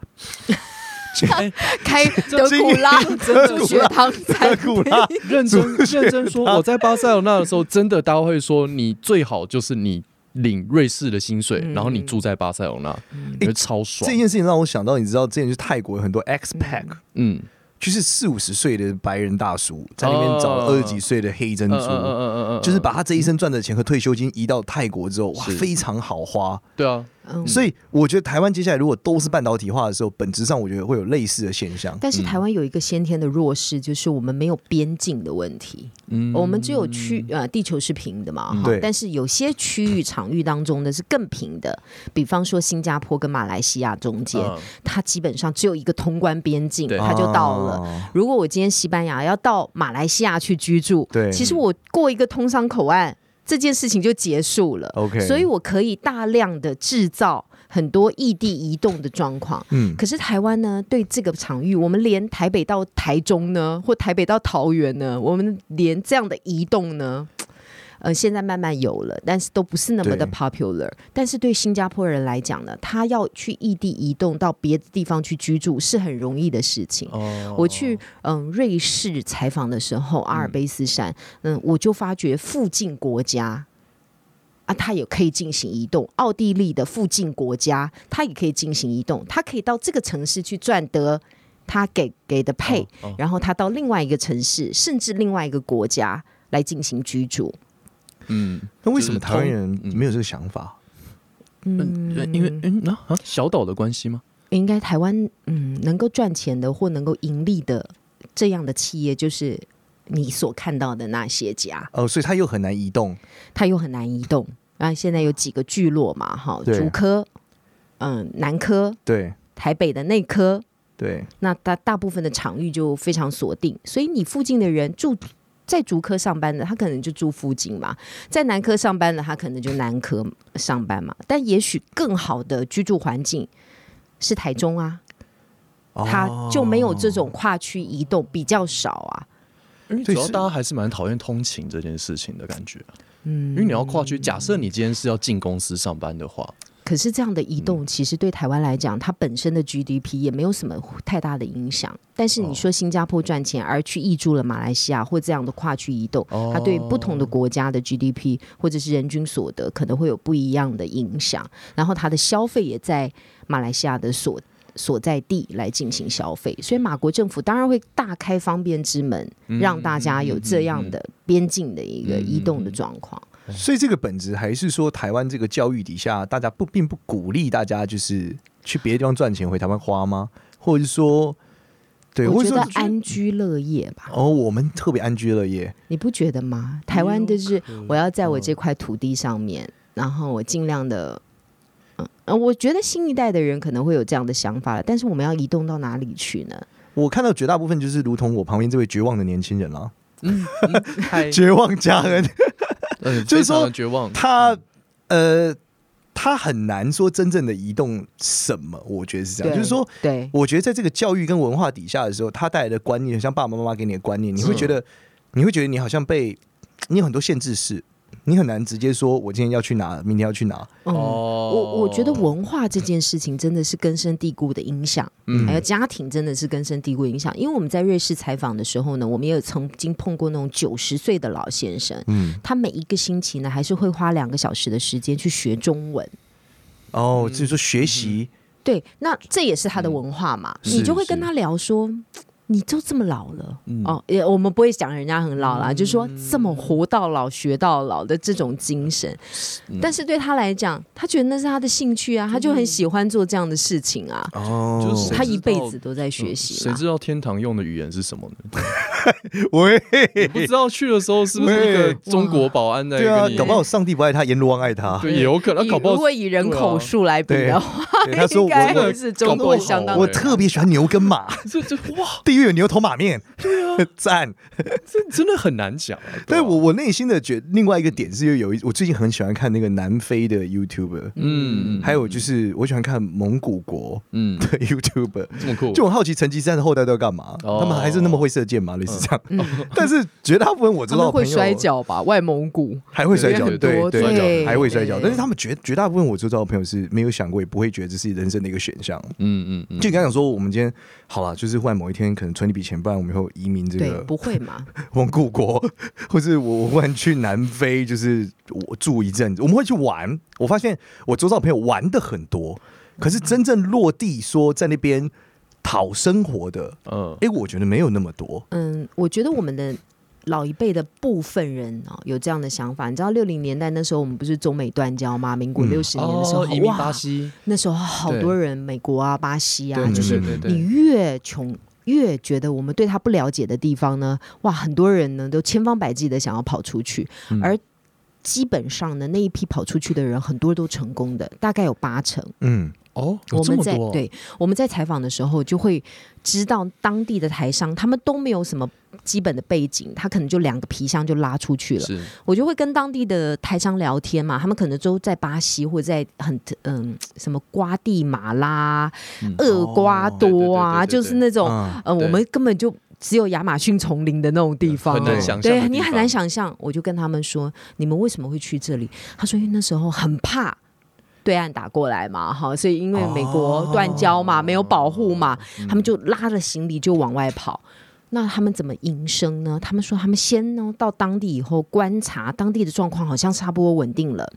S4: 开德古拉德古学堂 才
S3: 古拉
S2: 认 真认真说，我在巴塞罗那的时候，真的大家会说，你最好就是你领瑞士的薪水，
S4: 嗯
S2: 然后你住在巴塞罗那，你会超爽
S3: 这。件事情让我想到，你知道之前去泰国有很多 expat，、
S2: 嗯，
S3: 就是四五十岁的白人大叔在那边找
S2: 哦
S3: 二十几岁的黑珍珠。
S2: 嗯
S3: 就是把他这一生赚的钱和退休金移到泰国之后，哇，
S2: 是
S3: 非常好花。
S2: 对啊，
S4: 嗯，
S3: 所以我觉得台湾接下来如果都是半导体化的时候，本质上我觉得会有类似的现象。
S4: 但是台湾有一个先天的弱势，就是我们没有边境的问题，
S2: 嗯
S4: 我们只有区呃地球是平的嘛，哈
S3: 对
S4: 但是有些区域场域当中的是更平的，比方说新加坡跟马来西亚中间，
S2: 嗯
S4: 它基本上只有一个通关边境，
S2: 对
S4: 它就到了。
S3: 哦
S4: 如果我今天西班牙要到马来西亚去居住，
S3: 对
S4: 其实我过一个通商口岸，这件事情就结束了。
S3: OK
S4: 所以我可以大量的制造很多异地移动的状况。
S3: 嗯，
S4: 可是台湾呢，对这个场域，我们连台北到台中呢，或台北到桃园呢，我们连这样的移动呢，呃，现在慢慢有了，但是都不是那么的
S3: 对
S4: popular。但是对新加坡人来讲呢，他要去异地移动到别的地方去居住是很容易的事情。
S2: 哦
S4: 我去嗯瑞士采访的时候，阿尔卑斯山，嗯，我就发觉附近国家啊，它也可以进行移动。奥地利的附近国家，它也可以进行移动，它可以到这个城市去赚得他给给的配，
S2: 哦哦
S4: 然后他到另外一个城市，甚至另外一个国家来进行居住。
S2: 嗯，
S3: 那为什么
S2: 就是
S3: 台湾
S2: 通
S3: 人
S2: 嗯
S3: 没有这个想法？
S2: 嗯因为嗯啊啊小岛的关系吗？
S4: 应该台湾嗯能够赚钱的或能够盈利的这样的企业，就是你所看到的那些家。
S3: 哦，所以他又很难移动。
S4: 它又很难移动。啊，现在有几个聚落嘛，哈，
S3: 对
S4: 竹科、嗯、南科、
S3: 对
S4: 台北的内科、
S3: 对，
S4: 那大大部分的场域就非常锁定，所以你附近的人住在竹科上班的，他可能就住附近嘛；在南科上班的，他可能就南科上班嘛。但也许更好的居住环境是台中啊，他
S3: 哦
S4: 就没有这种跨区移动比较少啊。
S2: 因为主
S3: 对
S2: 要
S3: 是
S2: 大家还是蛮讨厌通勤这件事情的感觉，啊因为
S4: 嗯，
S2: 你要跨区，假设你今天是要进公司上班的 话，
S4: 可是这样的移动其实对台湾来讲，它本身的 GDP 也没有什么太大的影响。但是你说新加坡赚钱而去挹注了马来西亚或这样的跨区移动，它对不同的国家的 GDP 或者是人均所得可能会有不一样的影响，然后它的消费也在马来西亚的所所在地来进行消费，所以马国政府当然会大开方便之门，让大家有这样的边境的一个移动的状况。
S3: 所以这个本质还是说，台湾这个教育底下，大家不并不鼓励大家就是去别的地方赚钱回台湾花吗？或者是说，对，
S4: 我
S3: 或者
S4: 觉
S3: 说
S4: 得安居乐业吧。
S3: 哦，我们特别安居乐业，
S4: 你不觉得吗？台湾就是我要在我
S3: 嗯
S4: 这块土地上面，然后我尽量的，嗯，呃我觉得新一代的人可能会有这样的想法了，但是我们要移动到哪里去呢？
S3: 我看到绝大部分就是如同我旁边这位绝望的年轻人啦，
S2: 太
S3: 绝望家人，
S2: 呃
S3: 就是
S2: 非常
S3: 说
S2: 的绝望。
S3: 他呃，他很难说真正的移动什么，我觉得是这样，
S4: 对
S3: 就是说
S4: 对，
S3: 我觉得在这个教育跟文化底下的时候，他带来的观念，像爸爸妈妈给你的观念，你会
S2: 是
S3: 觉得，你会觉得你好像被你有很多限制式，你很难直接说我今天要去哪，明天要去哪。
S4: 嗯，
S2: 哦
S4: 我我觉得文化这件事情真的是根深蒂固的影响，
S2: 嗯
S4: 还有家庭真的是根深蒂固的影响。因为我们在瑞士采访的时候呢，我们也有曾经碰过那种九十岁的老先生，
S3: 嗯，
S4: 他每一个星期呢还是会花两个小时的时间去学中文。
S2: 嗯
S3: 哦，就是说学习，
S4: 对，那这也是他的文化嘛，
S3: 嗯
S4: 你
S3: 是
S4: 就会跟他聊说。你就这么老了、
S2: 嗯
S4: 哦，也我们不会讲人家很老
S3: 嗯
S4: 啦，就是说这么活到老学到老的这种精神。
S2: 嗯
S4: 但是对他来讲，他觉得那是他的兴趣
S3: 嗯
S4: 啊，他就很喜欢做这样的事情啊，
S2: 嗯
S3: 哦
S2: 就是谁
S4: 他
S2: 知
S4: 一辈
S2: 道
S4: 子都在学习啊
S2: 谁
S4: 嘛。
S2: 知道天堂用的语言是什么呢？
S3: 喂，
S2: 你不知道去的时候是不是一个
S3: 喂
S2: 中国保安在
S3: 对啊
S2: 跟，你
S3: 搞不好上帝不爱他，阎罗王爱他。
S2: 对也有可能，啊
S4: 以
S2: 搞不
S4: 如
S2: 好
S4: 果以人口数来比的话，
S3: 对啊他说
S4: 应
S3: 我
S4: 该
S3: 我
S4: 会是中国相当
S2: 搞不好
S3: 我
S2: 对
S3: 特别喜欢牛跟 马，
S2: 这 这哇，
S3: 地狱有牛头马面，对啊， 赞。
S2: 这真的很难讲啊。
S3: 对
S2: 啊
S3: 我我内心的觉，另外一个点是因为有一，我最近很喜欢看那个南非的 YouTuber，
S2: 嗯，嗯
S3: 还有就是我喜欢看蒙古国
S2: 嗯，
S3: 的 YouTuber，
S2: 这么酷，
S3: 就很好奇成吉思汗的后代都要干嘛？
S2: 哦
S3: 他们还是那么会射箭吗？类似这样。 但是绝大部分我知
S4: 他
S3: 道的朋
S4: 们会
S3: 友
S4: 摔，跤吧，外蒙古。
S3: 还会摔跤，
S2: 对
S3: 对
S4: 很多
S2: 摔跤
S3: 对，
S4: 对
S3: 还会摔跤。
S4: 对
S3: 但是他们绝绝大部分我知道的朋友是没有想过，也不会觉得这是人生的一个选项。
S2: 嗯嗯嗯，
S3: 就你刚刚讲说，我们今天好了，就是忽然某一天可能存一笔钱，不然我们以后移民这
S4: 对，
S3: 个
S4: 不会嘛？
S3: 蒙古国， 或是我我忽然去南非，就是我住一阵子，我们会去玩。我发现我周遭的朋友玩的很多，可是真正落地说在那边讨生活的，
S2: 嗯
S3: 哎、我觉得没有那么多。
S4: 嗯，我觉得我们的老一辈的部分人哦，有这样的想法。你知道六零年代那时候我们不是中美断交吗？民国六十年的时候，
S2: 哦移民
S4: 哇
S2: 巴西，
S4: 那时候好多人，美国啊、巴西啊，
S2: 对
S4: 就是
S2: 对对对
S4: 你
S2: 对，
S4: 越穷。越觉得我们对他不了解的地方呢，哇，很多人呢都千方百计的想要跑出去，
S2: 嗯
S4: 而基本上呢那一批跑出去的人，很多都成功的，大概有八成。
S3: 嗯，
S2: 哦，有
S4: 我
S2: 这
S4: 们
S2: 么
S4: 在
S2: 多哦，
S4: 对我们在采访的时候就会知道当地的台商，他们都没有什么基本的背景，他可能就两个皮箱就拉出去了。
S2: 是
S4: 我就会跟当地的台商聊天嘛，他们可能都在巴西或者在很嗯什么瓜地马拉
S2: 嗯、
S4: 厄瓜多啊，
S2: 哦对对对对对
S4: 就是那种
S3: 啊
S4: 呃，
S2: 对
S4: 我们根本就只有亚马逊丛林的那种地方，
S2: 很
S3: 对
S2: 难想象的地
S4: 对
S2: 方，
S4: 你很难想象，我就跟他们说，你们为什么会去这里？他说，因为那时候很怕对岸打过来嘛，哈，所以因为美国断交嘛，没有保护嘛，他们就拉着行李就往外跑。那他们怎么营生呢？他们说，他们先呢到当地以后观察当地的状况，好像差不多稳定了。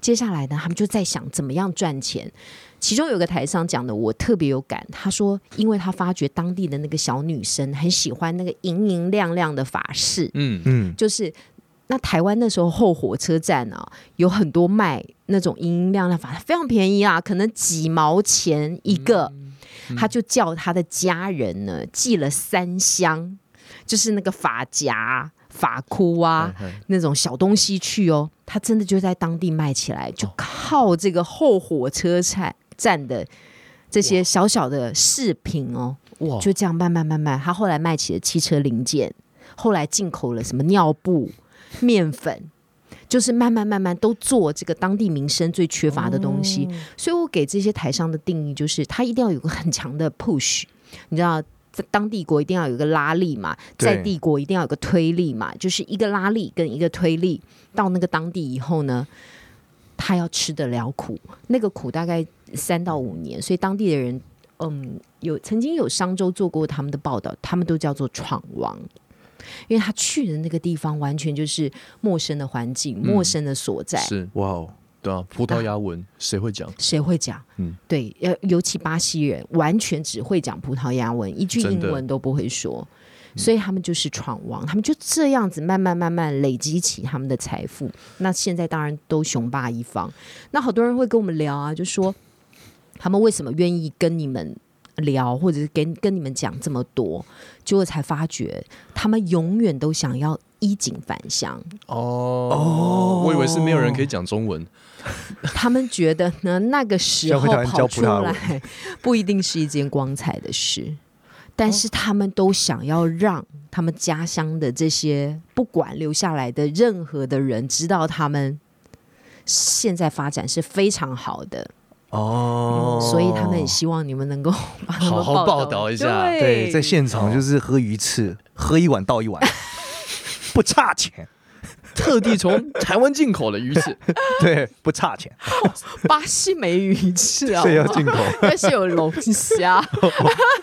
S4: 接下来呢，他们就在想怎么样赚钱。其中有个台上讲的，我特别有感。他说，因为他发觉当地的那个小女生很喜欢那个莹莹亮亮的法式，
S2: 嗯，
S3: 嗯，
S4: 就是那台湾那时候后火车站啊，有很多卖那种莹莹亮亮，反正非常便宜啊，可能几毛钱一个。他就叫他的家人呢寄了三箱，就是那个发夹、发箍啊。
S2: 嗨，嗨
S4: 那种小东西去哦，他真的就在当地卖起来，就靠这个后火车站站的这些小小的饰品哦，
S2: 哇，
S4: 就这样慢慢慢慢，他后来卖起了汽车零件，后来进口了什么尿布、面粉，就是慢慢慢慢都做这个当地民生最缺乏的东西。所以我给这些台商的定义就是，他一定要有个很强的 push，你知道。在当地国一定要有一个拉力嘛，
S3: 对
S4: 在地国一定要有个推力嘛，就是一个拉力跟一个推力到那个当地以后呢，他要吃得了苦，那个苦大概三到五年，所以当地的人，嗯，有曾经有商周做过他们的报道，他们都叫做闯王，因为他去的那个地方完全就是陌生的环境、陌生的所在，
S2: 是
S3: 哇哦，
S2: 对啊，葡萄牙文谁会讲？
S4: 谁会讲？
S2: 嗯
S4: 对，呃，尤其巴西人完全只会讲葡萄牙文，一句
S2: 真
S4: 英
S2: 的嗯
S4: 文都不会说，所以他们就是闯王，他们就这样子慢慢慢慢累积起他们的财富。那现在当然都雄霸一方。那好多人会跟我们聊啊，就说他们为什么愿意跟你们聊，或者是跟跟你们讲这么多，结果才发觉他们永远都想要衣锦返乡。
S2: 哦，我以为是没有人可以讲中文，
S4: 他们觉得呢，那个时
S3: 教
S4: 候
S3: 会台湾教
S4: 跑
S3: 葡
S4: 出
S3: 萄牙
S4: 来 不一定是一件光彩的
S3: 哦
S4: 事，但是他们都想要让他们家乡的这些不管留下来的任何的人知道他们。现在发展是非常好的，
S3: 哦，
S4: 所以他们也希望你们能够把他们
S2: 好好
S4: 报
S2: 报道一下
S3: 对，在现场就是喝鱼翅，喝一碗倒 一碗，不差钱，
S2: 特地从台湾进口的鱼翅，
S3: 对，不差钱，
S4: 巴西没鱼翅 啊
S3: 所，以要进口。
S4: 但是有龙 虾，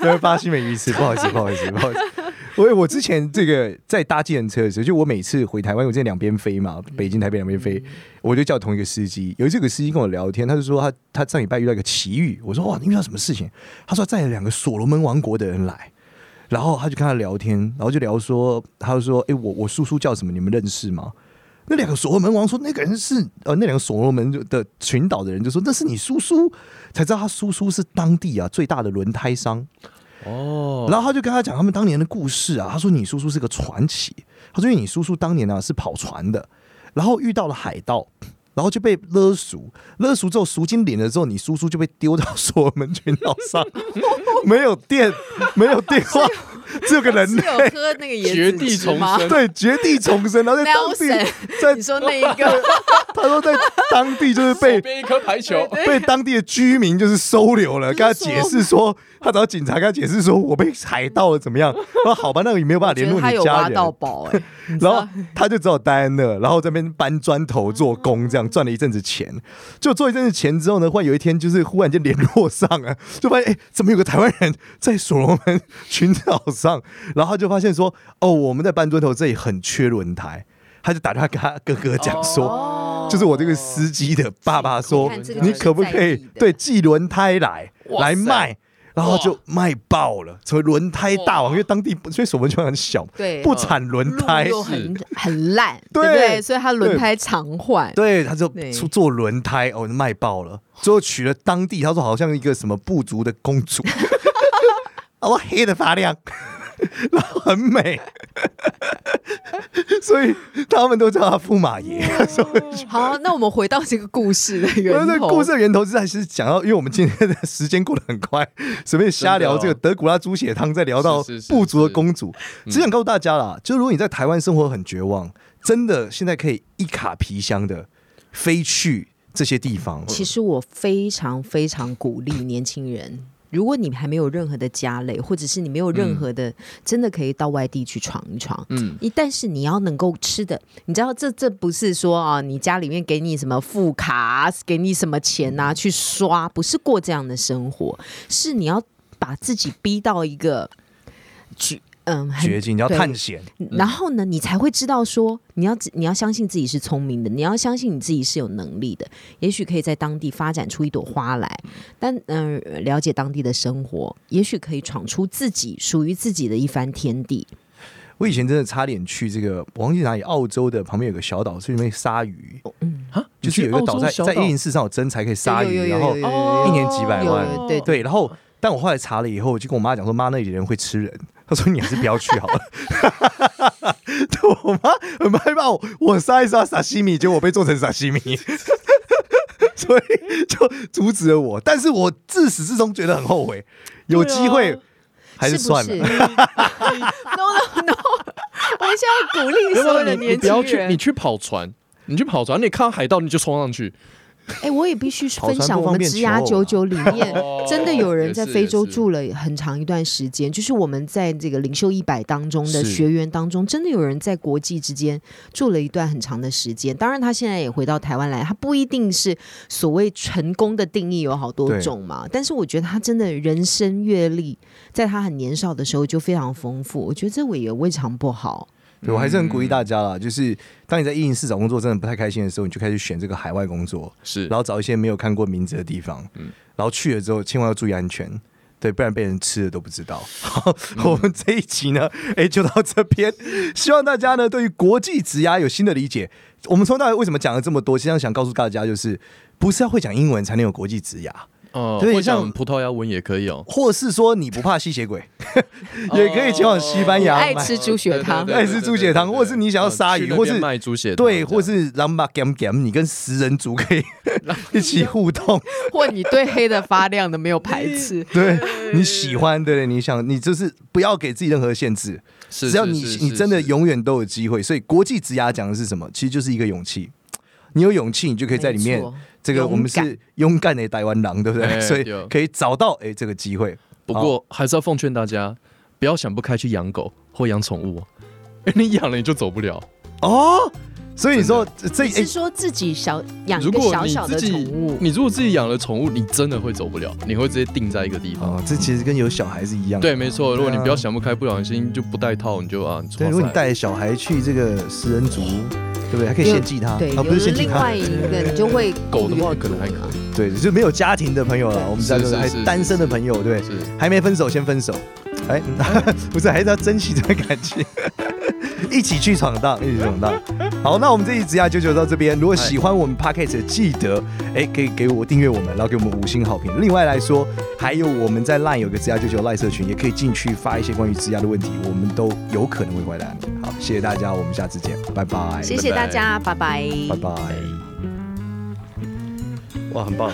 S3: 因为巴西没鱼吃，不好意思，不好意思，不好意思。我我之前这个在搭计程车的时候，就我每次回台湾，我这两边飞嘛，北京、台北两边飞，我就叫同一个司机。有一次有个司机跟我聊天，他就说他他上礼拜遇到一个奇遇，我说哇，你遇到什么事情？他说载了两个所罗门王国的人来，然后他就跟他聊天，然后就聊说，他就说，哎、我我叔叔叫什么？你们认识吗？那两个所罗门王说，那个人是呃，那两个所罗门的群岛的人就说那是你叔叔，才知道他叔叔是当地啊最大的轮胎商。
S2: 哦，
S3: 然后他就跟他讲他们当年的故事啊，他说你叔叔是个传奇，他说因为你叔叔当年啊是跑船的，然后遇到了海盗。然后就被勒赎，勒赎之后赎金领了之后，你叔叔就被丢到所罗门群岛上，没有电，没有电话，只有个人
S4: 是
S3: 类，
S4: 有喝那个椰
S2: 绝
S4: 子
S2: 地
S4: 汁
S2: 重
S4: 吗
S2: 生
S3: 对，绝地重生，然后在当地
S4: Nelson，，
S3: 在
S4: 你说那一个
S3: 他说在当地就是被
S2: 手边一颗排球，
S3: 被当地的居民就是收留了，跟他解释说，他找警察跟他解释说我被海盗了怎么样？ 他说好吧，那个也没有办法联
S4: 觉
S3: 络
S4: 得他
S3: 你
S4: 有
S3: 家
S4: 挖
S3: 人。
S4: 到宝哎、你知
S3: 然
S4: 道哦
S3: 后他就只好待在那，然后这边搬砖头做工，这样赚了一阵子钱。就做一阵子钱之后呢，忽然有一天就是忽然间联络上了，就发现哎、诶怎么有个台湾人在所罗门群岛上？然后他就发现说，哦，我们在搬砖头这里很缺轮胎。他就打电话跟他哥哥讲
S4: 哦
S3: 说，就是我这个司机的爸爸说
S4: 看这个，
S3: 你
S4: 就是
S3: 可不
S4: 在
S3: 可以
S4: 地的
S3: 对寄轮胎来
S2: 哇
S3: 来
S2: 塞
S3: 卖？然后
S2: 哇
S3: 就卖爆了，成为轮胎大王。
S2: 哇
S3: 因为当地所以所门圈很小，
S4: 对哦
S3: 不产轮胎，
S4: 路又很很烂，
S3: 对
S4: 对不对？所以它轮胎常换。
S3: 对，他就
S4: 对
S3: 出做轮胎，哦，卖爆了。最后娶了当地，他说好像一个什么部族的公 主，啊，我黑的发亮， 然后很美， 所以他们都叫他驸马爷。
S4: 好，那我们回到这个故事的
S3: 我
S4: 源
S3: 这
S4: 头。
S3: 故事的源头是还是讲到，因为我们今天的时间过得很快，随便瞎聊这个
S2: 真哦
S3: 德古拉猪血汤，再聊到
S2: 是是嗯是
S3: 部族的公主。只想告诉大家啦，就如果你在台湾生活很绝望，真的现在可以一卡皮箱的飞去这些地方。
S4: 其实我非常非常鼓励年轻人，如果你还没有任何的家累，或者是你没有任
S3: 嗯
S4: 何的，真的可以到外地去闯一闯。
S2: 嗯，
S4: 你但是你要能够吃的，你知道这这不是说啊，你家里面给你什么副卡啊，给你什么钱
S3: 嗯
S4: 呐、去刷，不是过这样的生活，是你要把自己逼到一个绝嗯很
S3: 绝境，你要
S4: 对
S3: 探险，
S4: 然后呢，你才会知道说，你要你要相信自己是聪明的，你要相信你自己是有能力的，也许可以在当地发展出一朵花来。但嗯、呃了解当地的生活，也许可以闯出自己属于自己的一番天地。
S3: 我以前真的差点去这个，我忘记哪里，澳洲的旁边有个小岛，是里面鲨鱼，
S2: 啊，
S3: 就是有一个岛在在一零
S2: 印，
S3: 四上有针才可以鲨
S4: 有
S3: 鱼，
S4: 有有
S3: 然后
S4: 有有
S2: 哦
S3: 一年几百万
S4: 有有对
S3: 对，然后但我后来查了以后，我就跟我妈讲说，妈那里人会吃人。她说：“你还是不要去好了。”对我妈很害怕我，我杀一杀沙西米，结果我被做成沙西米， 所
S4: 啊
S3: 以就阻止了我。但是我自始至终觉得很后悔，有机会还
S4: 是
S3: 算了
S4: 不。是？No No No！我们现在要鼓励
S2: 要不
S4: 所有的
S2: 然你你
S4: 年
S2: 不
S4: 轻
S2: 要去，你
S4: 人。
S2: 去跑船，你去跑船，你看到海盗你就冲上去。
S4: 哎，我也必须
S3: 跑
S4: 分
S3: 船
S4: 享
S3: 不
S4: 我
S3: 方
S4: 们
S3: 便
S4: 植牙
S3: 求偶啊
S4: 九九里 面
S2: 哦
S4: 真的有人在非
S2: 也
S4: 洲。
S2: 是也是
S4: 住了很长一段时间，就是我们在这个领袖一百当中的
S3: 是
S4: 学员当中，真的有人在国际之间住了一段很长的时间。当然，他现在也回到台湾来，他不一定是所谓成功的定义有好多
S3: 对
S4: 种嘛。但是我觉得他真的人生阅历，在他很年少的时候就非常丰富。我觉得这我也未尝不好。
S3: 对我还是很鼓励大家啦，就是当你在一零四找工作真的不太开心的时候，你就开始选这个海外工作，
S2: 是
S3: 然后找一些没有看过名字的地方，
S2: 嗯
S3: 然后去了之后千万要注意安全。对，不然被人吃了都不知道。好，我们这一集呢， 哎，就到这边。 希望大家呢对于国际职涯有新的理解。我们从到底为什么讲了这么多？其实想告诉大家，就是不是要会讲英文才能有国际职涯，
S2: 哦，
S3: 对
S2: 会
S3: 像
S2: 讲葡萄牙文也可以哦，
S3: 或是说你不怕吸血鬼， 也可以前往西班牙
S4: 爱
S3: 买
S4: 吃猪血汤
S3: 爱吃猪血汤或是你想要鲨鱼或是
S2: 卖猪血汤这
S3: 对，
S2: 样，
S3: 或是 Lamba Gam Gam，你跟食人族可以一起互动。，
S4: 或你对黑的发亮的没有排斥
S3: 对，你喜欢，对，你想，你就是不要给自己任何限制，
S2: 是
S3: 只要你
S2: 是是
S3: 你
S2: 是
S3: 真的
S2: 是
S3: 永远都有机会。所以国际职涯讲的是什么？其实就是一个勇气。你有勇气，你就可以在里面
S4: 没错。
S3: 这个我们
S4: 勇
S3: 是勇敢的台湾狼，对不对？
S2: 哎
S3: 所以
S2: 对
S3: 可以找到哎、这个机会。
S2: 不过还是要奉劝大家，不要想不开去养狗或养宠物哦， 哎，你养了你就走不了。
S3: 哦，所以你说这
S4: 你
S3: 哎
S4: 是说自己小养一
S2: 如
S4: 个
S2: 果
S4: 小
S2: 你
S4: 小的
S2: 自
S4: 宠
S2: 己
S4: 物，？
S2: 你如果自己养了宠物，你真的会走不了，你会直接定在一个地方。
S3: 哦，这其实跟有小孩是一样的。
S2: 对，没错。如果你
S3: 对啊
S2: 不要想不开，不小心就不带套，你就啊，
S3: 对，
S2: 哇
S3: 如果你
S2: 塞
S3: 带小孩去这个食人族，对不对？还可以
S4: 有
S3: 献祭他，
S4: 对，
S3: 啊，
S4: 有
S3: 不是献祭
S4: 另
S3: 他
S4: 外。一个你就会
S2: 狗的话可能还可
S4: 以。
S3: 对，就是没有家庭的朋友了，我们家就是
S2: 是
S3: 还
S2: 是
S3: 单身的朋友，对，
S2: 是
S3: 还没分手先分手， 哎，不是，还是要珍惜这段感情。 一起去闯荡，一起去闯荡。好，那我们这一集啊，九九到这边。如果喜欢我们 podcast，记得哎，可以给我订阅我们，然后给我们五星好评。另外来说，还有我们在 LINE 有个职涯九九 LINE 社群，也可以进去发一些关于职涯的问题，我们都有可能会回答你。好，谢谢大家，我们下次见，拜拜，
S4: 谢谢大家，拜拜
S3: 拜拜。哇，很棒。